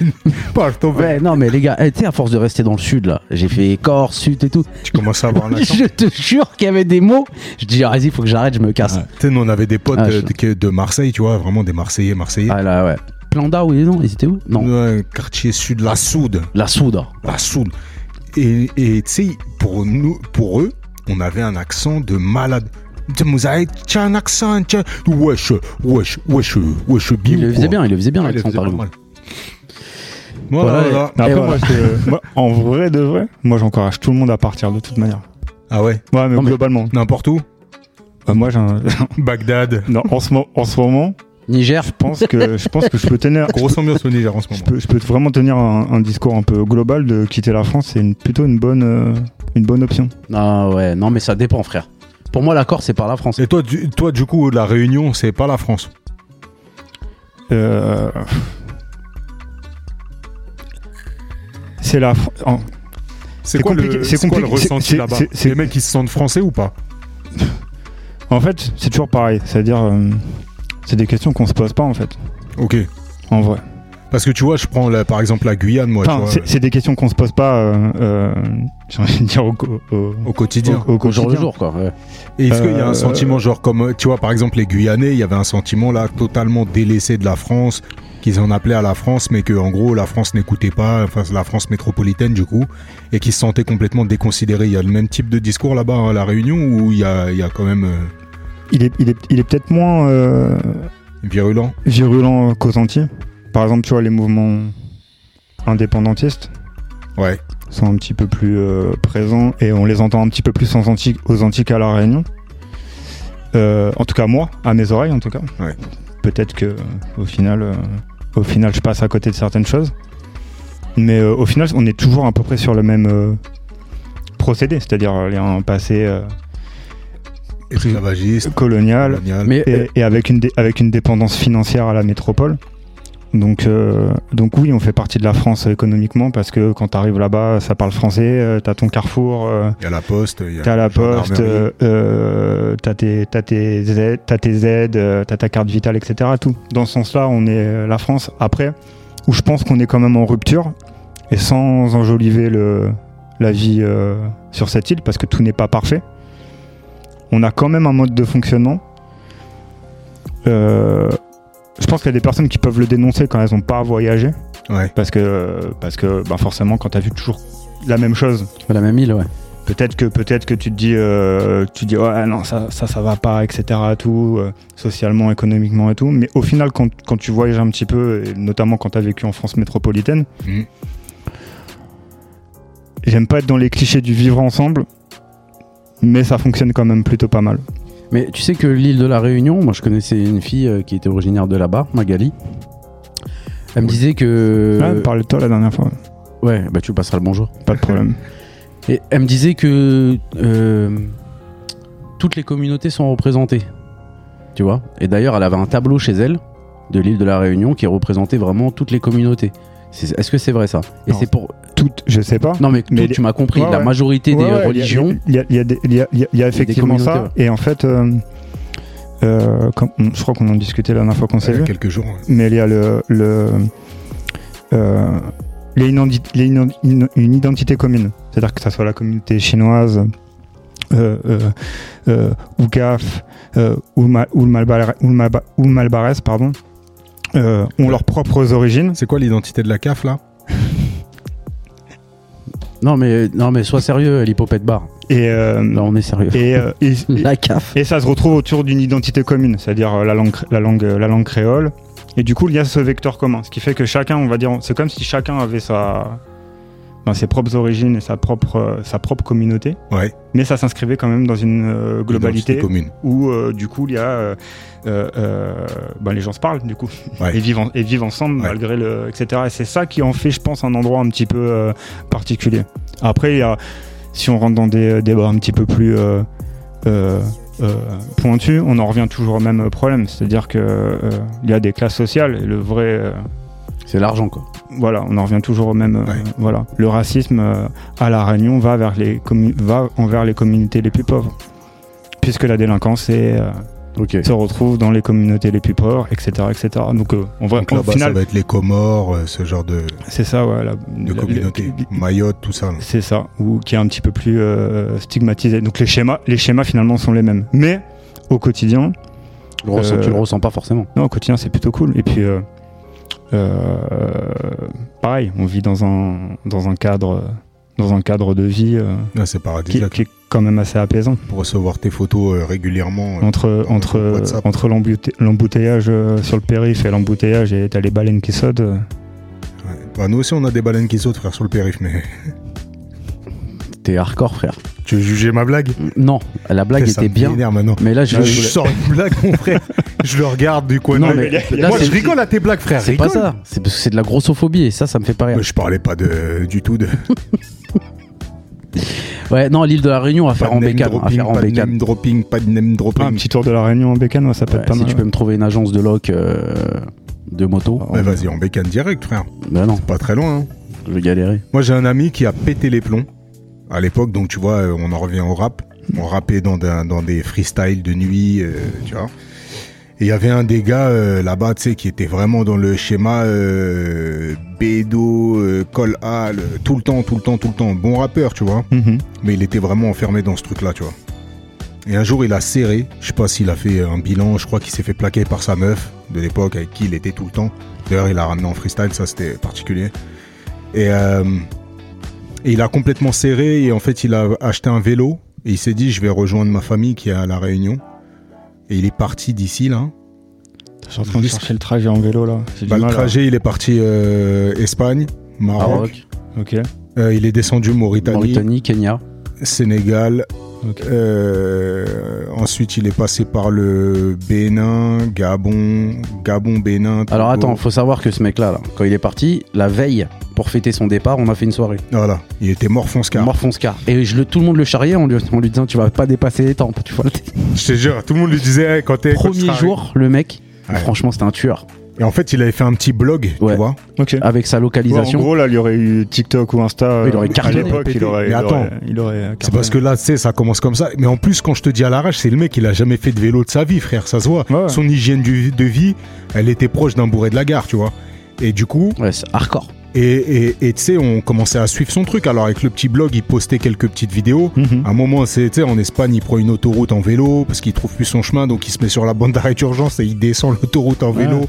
Parle ton verre. Ouais, non, mais les gars, eh, tu sais, à force de rester dans le sud, là, j'ai fait Corse, sud et tout. Tu commences à avoir un accent. <laughs> je te jure qu'il y avait des mots. Je dis, ah, vas-y, faut que j'arrête, je me casse. Tu sais, nous, on avait des potes Ah, euh, je- que- de Marseille, tu vois, vraiment des Marseillais, Marseillais. Ah là, ouais. Planda, oui, non, ils étaient où Non, Ouais, quartier sud, la Soude. la Soudre. La Soude. Et et tu sais, pour, nous- pour eux, on avait un accent de malade. Tu sais, vous avez- tu as un accent, tu as- wesh, wesh, wesh, wesh, bio, Il le quoi. faisait bien, il le faisait bien, Ah, il l'accent, faisait par pas exemple. mal. Voilà, Voilà, voilà. Mais après, Et voilà. moi, je- moi, en vrai de vrai, moi, j'encourage tout le monde à partir de toute manière. Ah ouais, Ouais, mais Non, mais- globalement, n'importe où. euh, moi, j'ai un- Bagdad. non, en, ce mo- en ce moment, Niger, je pense que je pense que je peux <laughs> tenir. Grosse ambiance au Niger en ce Je moment. peux, je peux vraiment tenir un, un discours un peu global de quitter la France, c'est une- plutôt une bonne, euh, une bonne option. Ah ouais, non, mais ça dépend, frère. Pour moi, la Corse, c'est par la France. Et toi, du, toi, du coup, la Réunion, c'est pas la France. Euh, C'est la. Fr- en- C'est C'est quoi, compliqué- le, c'est c'est quoi le compliqué- ressenti c'est- là-bas c'est- c'est- Les mecs, ils se sentent français ou pas En fait, c'est toujours pareil. C'est-à-dire, euh, c'est des questions qu'on se pose pas en fait, Ok. en vrai. Parce que tu vois, je prends la- par exemple la Guyane, moi, tu Enfin, vois, c'est- c'est des questions qu'on se pose pas. euh, euh, <laughs> J'ai envie de dire au, co- au, au quotidien. au- au Au jour le quotidien. jour, quoi. ouais. Et est-ce qu'il y a un Euh, sentiment, genre, comme, euh, tu vois, par exemple, les Guyanais, il y avait un sentiment là totalement délaissé de la France, qu'ils en appelaient à la France, mais que en gros la France n'écoutait pas, enfin la France métropolitaine du coup, et qui se sentaient complètement déconsidérés. Il y a le même type de discours là-bas hein, à la Réunion où il y a, il y a quand même euh, Il est, il est, il est peut-être moins euh, virulent. virulent qu'aux Antilles. Par exemple, tu vois, les mouvements indépendantistes Ouais. sont un petit peu plus euh, présents et on les entend un petit peu plus aux Antilles, aux Antilles qu'à La Réunion. Euh, en tout cas, moi, à mes oreilles, en tout cas. Ouais. Peut-être que euh, au final, euh, au final, je passe à côté de certaines choses. Mais euh, au final, on est toujours à peu près sur le même euh, procédé, c'est-à-dire euh, il y a un passé euh, Esclavagiste, colonial, colonial. Mais euh, et, et avec, une dé- avec une dépendance financière à la métropole. Donc, euh, donc oui, on fait partie de la France économiquement parce que quand t'arrives là-bas, ça parle français, euh, t'as ton carrefour, euh, Il y a la poste, il y a t'as la gendarmerie. poste, euh, euh, t'as tes, t'as tes aides, t'as tes aides, euh, t'as ta carte vitale, etc. Tout. Dans ce sens-là, on est euh, la France. Après, où je pense qu'on est quand même en rupture et sans enjoliver le, la vie euh, sur cette île parce que tout n'est pas parfait. On a quand même un mode de fonctionnement. Euh, je pense qu'il y a des personnes qui peuvent le dénoncer quand elles n'ont pas voyagé Ouais. parce que, parce que ben forcément, quand t'as vu toujours la même chose la même île, ouais. Peut-être que peut-être que tu te dis euh, tu te dis ouais non ça ça ça va pas etc tout euh, socialement économiquement et tout mais au final quand, quand tu voyages un petit peu et notamment quand tu as vécu en France métropolitaine Mhm. j'aime pas être dans les clichés du vivre ensemble mais ça fonctionne quand même plutôt pas mal Mais tu sais que l'île de la Réunion, moi je connaissais une fille euh, qui était originaire de là-bas, Magali. Elle me disait que. ah, parlais de toi la dernière fois Ouais, bah tu passeras le bonjour. pas de <laughs> problème Et elle me disait que euh, toutes les communautés sont représentées. Tu vois Et d'ailleurs, elle avait un tableau chez elle de l'île de la Réunion qui représentait vraiment toutes les communautés. C'est- Est-ce que c'est vrai ça Et Non. c'est pour. toutes je sais pas Non, mais, Mais tout, les- tu m'as compris. Ouais, la ouais. majorité Ouais, des ouais, religions. Il y a, il y a des- il y a- il y a- il y a effectivement communautés, ça. Et en fait, euh, euh, comme- je crois qu'on en discutait la dernière fois qu'on s'est Il y vu, a quelques jours. ouais. mais il y a le. le euh, il y a une, indi- il y a une- une- une identité commune. C'est-à-dire que ça soit la communauté chinoise, euh, euh, euh, ou GAF, euh, ou, Ma- ou le Malbar- ou le Malba- ou le Malbarès, pardon, euh, ont leurs propres origines. C'est quoi l'identité de la CAF là Non, mais, non, mais sois sérieux, l'hippopète bar. Et, euh, Là, on est sérieux. et, <laughs> euh, et- et- La CAF. Et ça se retrouve autour d'une identité commune, c'est-à-dire euh, la langue, cré- la, langue, euh, la langue créole. Et du coup, il y a ce vecteur commun, ce qui fait que chacun, on va dire, c'est comme si chacun avait sa, ben, ses propres origines et sa propre, euh, sa propre communauté, Ouais. mais ça s'inscrivait quand même dans une euh, Identité globalité commune. où, euh, du coup, il y a. euh, euh, euh, ben, les gens se parlent, du coup, Ouais. et, vivent en- et vivent ensemble, Ouais. malgré le. etc. Et c'est ça qui en fait, je pense, un endroit un petit peu euh, particulier. Après, il y a- si on rentre dans des débats un petit peu plus. euh, euh, euh, pointu, on en revient toujours au même problème, c'est-à-dire que euh, il y a des classes sociales et le vrai, euh, C'est l'argent, quoi. voilà, on en revient toujours au même, euh, Ouais. voilà, le racisme euh, à la Réunion va vers les commu- va envers les communautés les plus pauvres, puisque la délinquance est, euh, Ok. se retrouve dans les communautés les plus pauvres, etc., etc. Donc euh, on va, Donc au là-bas, ça final, va être les Comores, euh, ce genre de, c'est ça, ouais, la- de la- communauté. le- Mayotte, tout ça. là. C'est ça, ou qui est un petit peu plus euh, stigmatisé. Donc les schémas, les schémas finalement sont les mêmes, mais au quotidien, Le ressens- Euh, Tu le ressens pas forcément. Non, au quotidien, c'est plutôt cool. Et puis, euh, euh, pareil, on vit dans un, dans un cadre dans un cadre de vie euh, Là, c'est qui, paradisiaque. qui est quand même assez apaisant. Pour recevoir tes photos euh, régulièrement. euh, Entre, dans entre, le WhatsApp. entre l'embouteille- l'embouteillage euh, sur le périph' et l'embouteillage et t'as les baleines qui sautent, euh, ouais. Bah, nous aussi, on a des baleines qui sautent, frère, sur le périph', mais T'es hardcore, frère. <laughs> tu veux juger ma blague Non, la blague Ça était me bien. m'énerve maintenant. Mais là, je, Je, je sors une blague, mon frère. je le regarde du coin Non, de mais l'œil. là, Moi, c'est- je rigole à tes blagues, frère. C'est pas rigole. ça. C'est parce que c'est de la grossophobie et ça, ça me fait pas rire. Mais je parlais pas de, du tout de. Ouais, non, l'île de la Réunion à faire pas en de name bécane. À dropping, faire en pas de bécane. name dropping, pas de name dropping. Ah, un petit tour de la Réunion en bécane, ouais, ça peut Ouais, être pas si mal. tu peux me trouver une agence de loc euh, de moto, Bah, vas-y, en bécane direct, frère. bah non, Pas très loin. hein. je vais galérer. Moi, j'ai un ami qui a pété les plombs à l'époque, donc tu vois, euh, on en revient au rap. On rappait dans, d'un- dans des freestyles de nuit, euh, tu vois. Et il y avait un des gars euh, là-bas, tu sais, qui était vraiment dans le schéma euh, Bédo, euh, Col Hall, euh, tout le temps, tout le temps, tout le temps. Bon rappeur, tu vois. Mhm. Mais il était vraiment enfermé dans ce truc-là, tu vois. Et un jour, il a serré. Je sais pas s'il a fait un bilan. Je crois qu'il s'est fait plaquer par sa meuf de l'époque avec qui il était tout le temps. D'ailleurs, il l'a ramené en freestyle. Ça, c'était particulier. Et, euh, et il a complètement serré. Et en fait, il a acheté un vélo. Et il s'est dit, je vais rejoindre ma famille qui est à La Réunion. Et il est parti d'ici, là. Je suis en train de chercher le trajet en vélo là. J'ai du Bah, le mal, hein. là. trajet, il est parti euh, Espagne, Maroc. Maroc, Ok. Euh, il est descendu Mauritanie, Mauritanie, Kenya. Sénégal. Ok. Euh, ensuite, il est passé par le Bénin, Gabon, Gabon, Bénin. Togo. Alors attends, faut savoir que ce mec-là, là, quand il est parti, la veille, pour fêter son départ, on a fait une soirée. Voilà, il était mort fonce-car. Morfonscar. Et je le, tout le monde le charriait en lui, en lui disant Tu vas pas dépasser les temps. Tu vois, Je te jure, tout le monde lui disait hey, quand t'es. quand tu premier seras- jour, le mec, Ouais. franchement, c'était un tueur. Et en fait, il avait fait un petit blog, tu Ouais. vois. Ok. Avec sa Ouais, en localisation. gros, là, il y aurait eu TikTok ou Insta. euh, Il aurait à cartonné, l'époque, pété. il aurait. Mais il attends. aurait- il aurait C'est cartonné. parce que là, tu sais, ça commence comme ça. Mais en plus, quand je te dis à l'arrache, c'est le mec, il a jamais fait de vélo de sa vie, frère, ça se voit. Ouais. Son hygiène du- de vie, elle était proche d'un bourré de la gare, tu vois. Et du coup, ouais, c'est hardcore. Et et- et, tu sais, on commençait à suivre son truc. Alors avec le petit blog, il postait quelques petites vidéos. Mhm. À un moment, c'est tu sais, en Espagne, il prend une autoroute en vélo parce qu'il trouve plus son chemin, donc il se met sur la bande d'arrêt d'urgence et il descend l'autoroute en vélo. Ouais.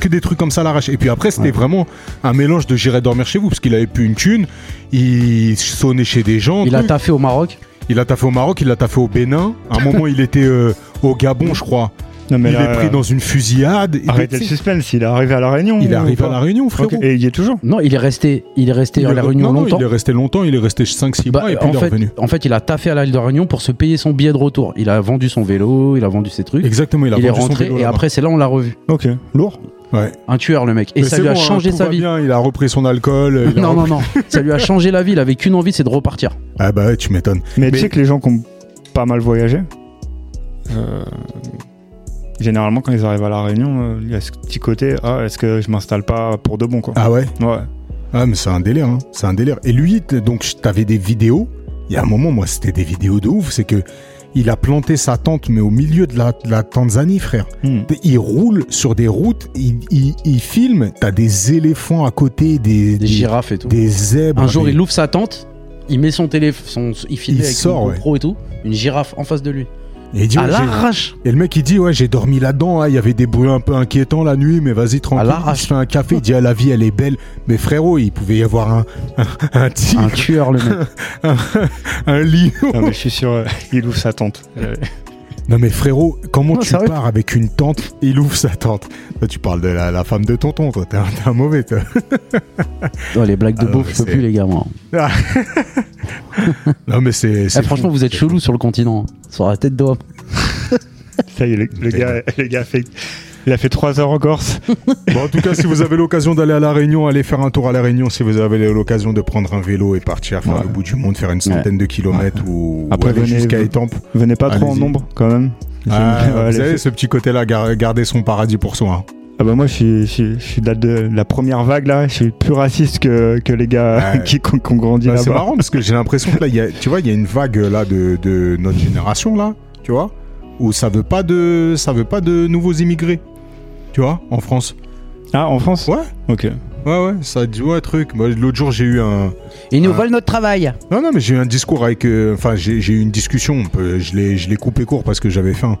Que des trucs comme ça à l'arrache. Et puis après, c'était vraiment un mélange de j'irai dormir chez vous parce qu'il avait plus une thune. Il sonnait chez des gens. Il a truc. taffé au Maroc. il a taffé au Maroc, il a taffé au Bénin. À un moment, il était euh, au Gabon, je crois. Non, mais il là, euh, est pris dans une fusillade. Et Arrêtez le tu sais, suspense. Il est arrivé à la Réunion. il ou arrive pas à la Réunion, frérot. Ok. Et il y est toujours. Non, il est resté, il est resté à Il la est- Réunion non, non, longtemps. Il est resté longtemps, il est resté 5-6 Bah, mois Ah, et puis en, il est fait, revenu. en fait, il a taffé à l'île de Réunion pour se payer son billet de retour. Il a vendu son vélo, il a vendu ses trucs. Exactement, il a il est vendu son rentré vélo et là-bas. après, c'est là on l'a revu. Ok. Lourd. Ouais. Un tueur, le mec. Et Mais ça c'est lui a bon, hein, changé tout sa va vie. bien, il a repris son alcool. euh, il a Non, non, repris- non. ça lui a changé la vie. Il avait qu'une envie, c'est de repartir. Ah bah ouais, tu m'étonnes. Mais, Mais- tu sais que les gens qui ont pas mal voyagé, euh, généralement quand ils arrivent à la Réunion, euh, il y a ce petit côté ah est-ce que je m'installe pas pour de bon quoi. Ah ouais Ouais. Ah mais c'est un délire, hein. c'est un délire. Et lui, t- donc je- t'avais des vidéos. Il y a un moment, moi, c'était des vidéos de ouf. C'est que il a planté sa tente, mais au milieu de la, de la Tanzanie, frère. Hmm. Il roule sur des routes, il, il- il filme. T'as des éléphants à côté, des, Des girafes et tout. des zèbres. Un jour, mais- il ouvre sa tente, il met son téléphone, son, il filme Il avec sort, son ouais. GoPro et tout, une girafe en face de lui. il dit, à ouais, j'ai- l'arrache Et le mec il dit ouais j'ai dormi là-dedans, hein, il y avait des bruits un peu inquiétants la nuit, mais vas-y tranquille, À l'arrache. je fais un café, il dit ah, la vie elle est belle, mais frérot il pouvait y avoir un, un, un tigre, Un tueur, le <laughs> mec. un lion. Non, mais je suis sûr, euh, il ouvre sa <laughs> tente. Euh, Non mais frérot, comment Non, tu sérieux. pars avec une tente, il ouvre sa tente. Toi tu parles de la, la femme de tonton, toi t'es un, t'es un mauvais toi. Oh, les blagues de Ah, beauf, ouais, je peux c'est- plus, les gars, moi. Non mais c'est... Eh, c'est franchement, fou. vous êtes chelou sur le continent. hein. Sur la tête d'homme. ça y est, le, le gars, le gars a fait, il a fait 3 heures en Corse. Bon, en tout cas si vous avez l'occasion d'aller à La Réunion, allez faire un tour à La Réunion, si vous avez l'occasion de prendre un vélo et partir faire Ouais. le bout du monde, faire une centaine de kilomètres ou, ou Après, aller venez- jusqu'à Étampes. Venez pas trop en Allez-y. nombre quand même. Ah, Ouais, vous allez, savez, faites- ce petit côté-là, gar- garder son paradis pour soi. hein. Ah bah moi je suis, je suis, je suis de, la, de la première vague là, je suis plus raciste que, que les gars Ouais. <laughs> qui, qui ont qui ont grandi Bah, c'est là-bas. marrant parce que j'ai l'impression que là, il y a, tu vois, il y a une vague euh, là de, de notre génération là, tu vois, où ça veut pas de, ça veut pas de nouveaux immigrés, tu vois, en France. Ah en France Ouais. Ok. Ouais, ouais, ça dit ouais truc. Moi, L'autre jour, j'ai eu un, Ils nous Ah. volent notre travail. non, non, mais j'ai eu un discours avec, euh, enfin, j'ai j'ai eu une discussion. on peut- Je l'ai, je l'ai coupé court parce que j'avais faim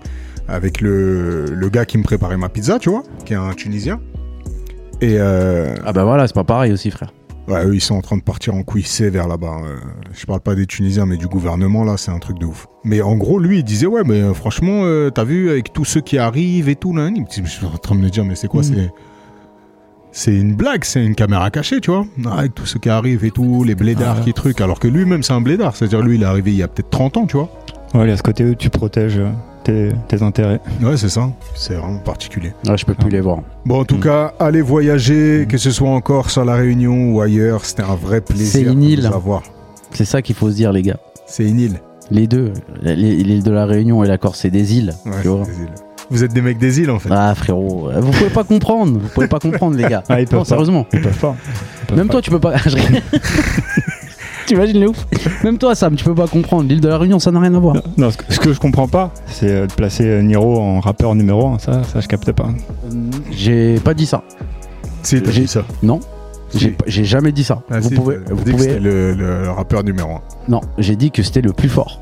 avec le, le gars qui me préparait ma pizza, tu vois, qui est un Tunisien. Et euh, Ah bah voilà, c'est pas pareil aussi, frère. Ouais, eux, ils sont en train de partir en couille sévère là-bas. Euh, je parle pas des Tunisiens, mais du gouvernement, là, c'est un truc de ouf. Mais en gros, lui, il disait, ouais, mais euh, franchement, euh, t'as vu, avec tous ceux qui arrivent et tout, là, il me dit- je suis en train de me dire, mais c'est quoi, c'est... C'est une blague, c'est une caméra cachée, tu vois. Ah, Avec tous ceux qui arrivent et tout, les blédards qui truc. Alors que lui-même, c'est un blédard. C'est-à-dire, lui, il est arrivé il y a peut-être 30 ans, tu vois. Ouais, il y a ce côté où tu protèges euh, tes, tes intérêts. Ouais, c'est ça. C'est vraiment particulier. Mm. Ah, je peux plus les voir. Bon, en tout Mm. cas, allez voyager, que ce soit en Corse, à La Réunion ou ailleurs. C'était un vrai plaisir une de île. vous avoir. C'est ça qu'il faut se dire, les gars. C'est une île. Les deux, les- l'île de la Réunion et la Corse, c'est des îles. Ouais, tu vois. c'est des îles. Vous êtes des mecs des îles en fait. Ah frérot, euh, vous pouvez pas comprendre, vous pouvez pas comprendre <laughs> les gars. Ah, ils peuvent non, pas. sérieusement. Ils peuvent pas. Ils peuvent Même pas. toi tu peux pas. <laughs> Je rigole. T'imagines les ouf Même toi Sam, tu peux pas comprendre. L'île de la Réunion, ça n'a rien à voir. Non, ce que, ce que je comprends pas, c'est euh, de placer euh, Niro en rappeur numéro 1, ça, ça je capte pas. J'ai pas dit ça. Si, t'as J'ai- dit ça. Non. Si. J'ai pas- J'ai jamais dit ça. Ah, vous si, pouvez, t'as- vous dit que pouvez- c'était le, le rappeur numéro 1. Non, j'ai dit que c'était le plus fort.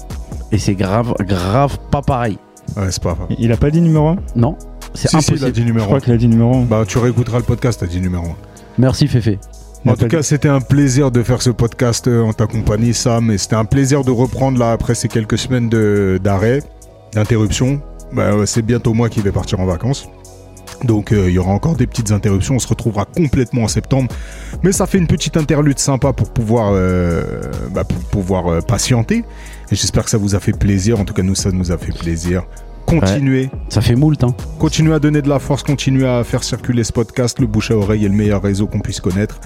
Et c'est grave, grave pas pareil. Ouais, c'est pas. Il a pas dit numéro 1 Non, c'est Si, si, il impossible. a dit Je numéro crois un. qu'il a dit numéro 1. Bah, tu réécouteras le podcast, t'as dit numéro un. Merci Féfé. En tout cas, c'était un plaisir de faire ce podcast euh, en ta compagnie, Sam. Et c'était un plaisir de reprendre là après ces quelques semaines de- d'arrêt, d'interruption. Bah, euh, c'est bientôt moi qui vais partir en vacances. Donc euh, il y aura encore des petites interruptions, on se retrouvera complètement en septembre. Mais ça fait une petite interlude sympa pour pouvoir, euh, bah, pour pouvoir euh, patienter. Et j'espère que ça vous a fait plaisir. En tout cas, nous, ça nous a fait plaisir. Continuez. Ça fait moult, hein. Continuez à donner de la force, continuez à faire circuler ce podcast. Le bouche à oreille est le meilleur réseau qu'on puisse connaître.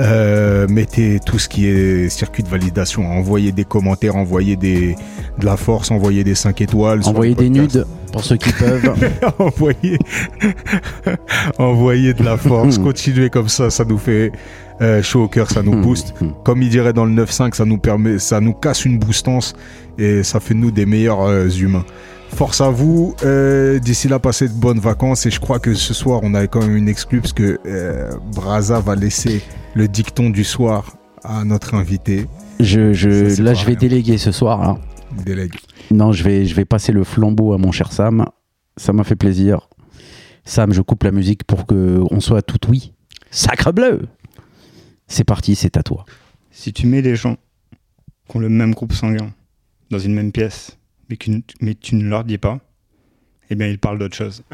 Euh, mettez tout ce qui est circuit de validation. Envoyez des commentaires, envoyez des, de la force, envoyez des 5 étoiles. sur Envoyez le des podcast. nudes pour ceux qui peuvent. <laughs> envoyez, envoyez de la force. continuez comme ça, ça nous fait euh, chaud au cœur, ça nous booste. Comme il dirait dans le 9.5, ça nous permet, ça nous casse une boostance et ça fait de nous des meilleurs euh, humains. Force à vous. euh, D'ici là, passez de bonnes vacances. Et je crois que ce soir, on a quand même une exclue parce que euh, Braza va laisser le dicton du soir à notre invité. Je, Ça, je, c'est là, pas je vais rien. déléguer ce soir. hein. Délègue. Non, je vais, je vais passer le flambeau à mon cher Sam. Ça m'a fait plaisir. Sam, je coupe la musique pour que on soit tout oui. Sacre bleu C'est parti, c'est à toi. Si tu mets des gens qui ont le même groupe sanguin dans une même pièce, mais, qu'une- mais tu ne leur dis pas, eh bien, ils parlent d'autre chose.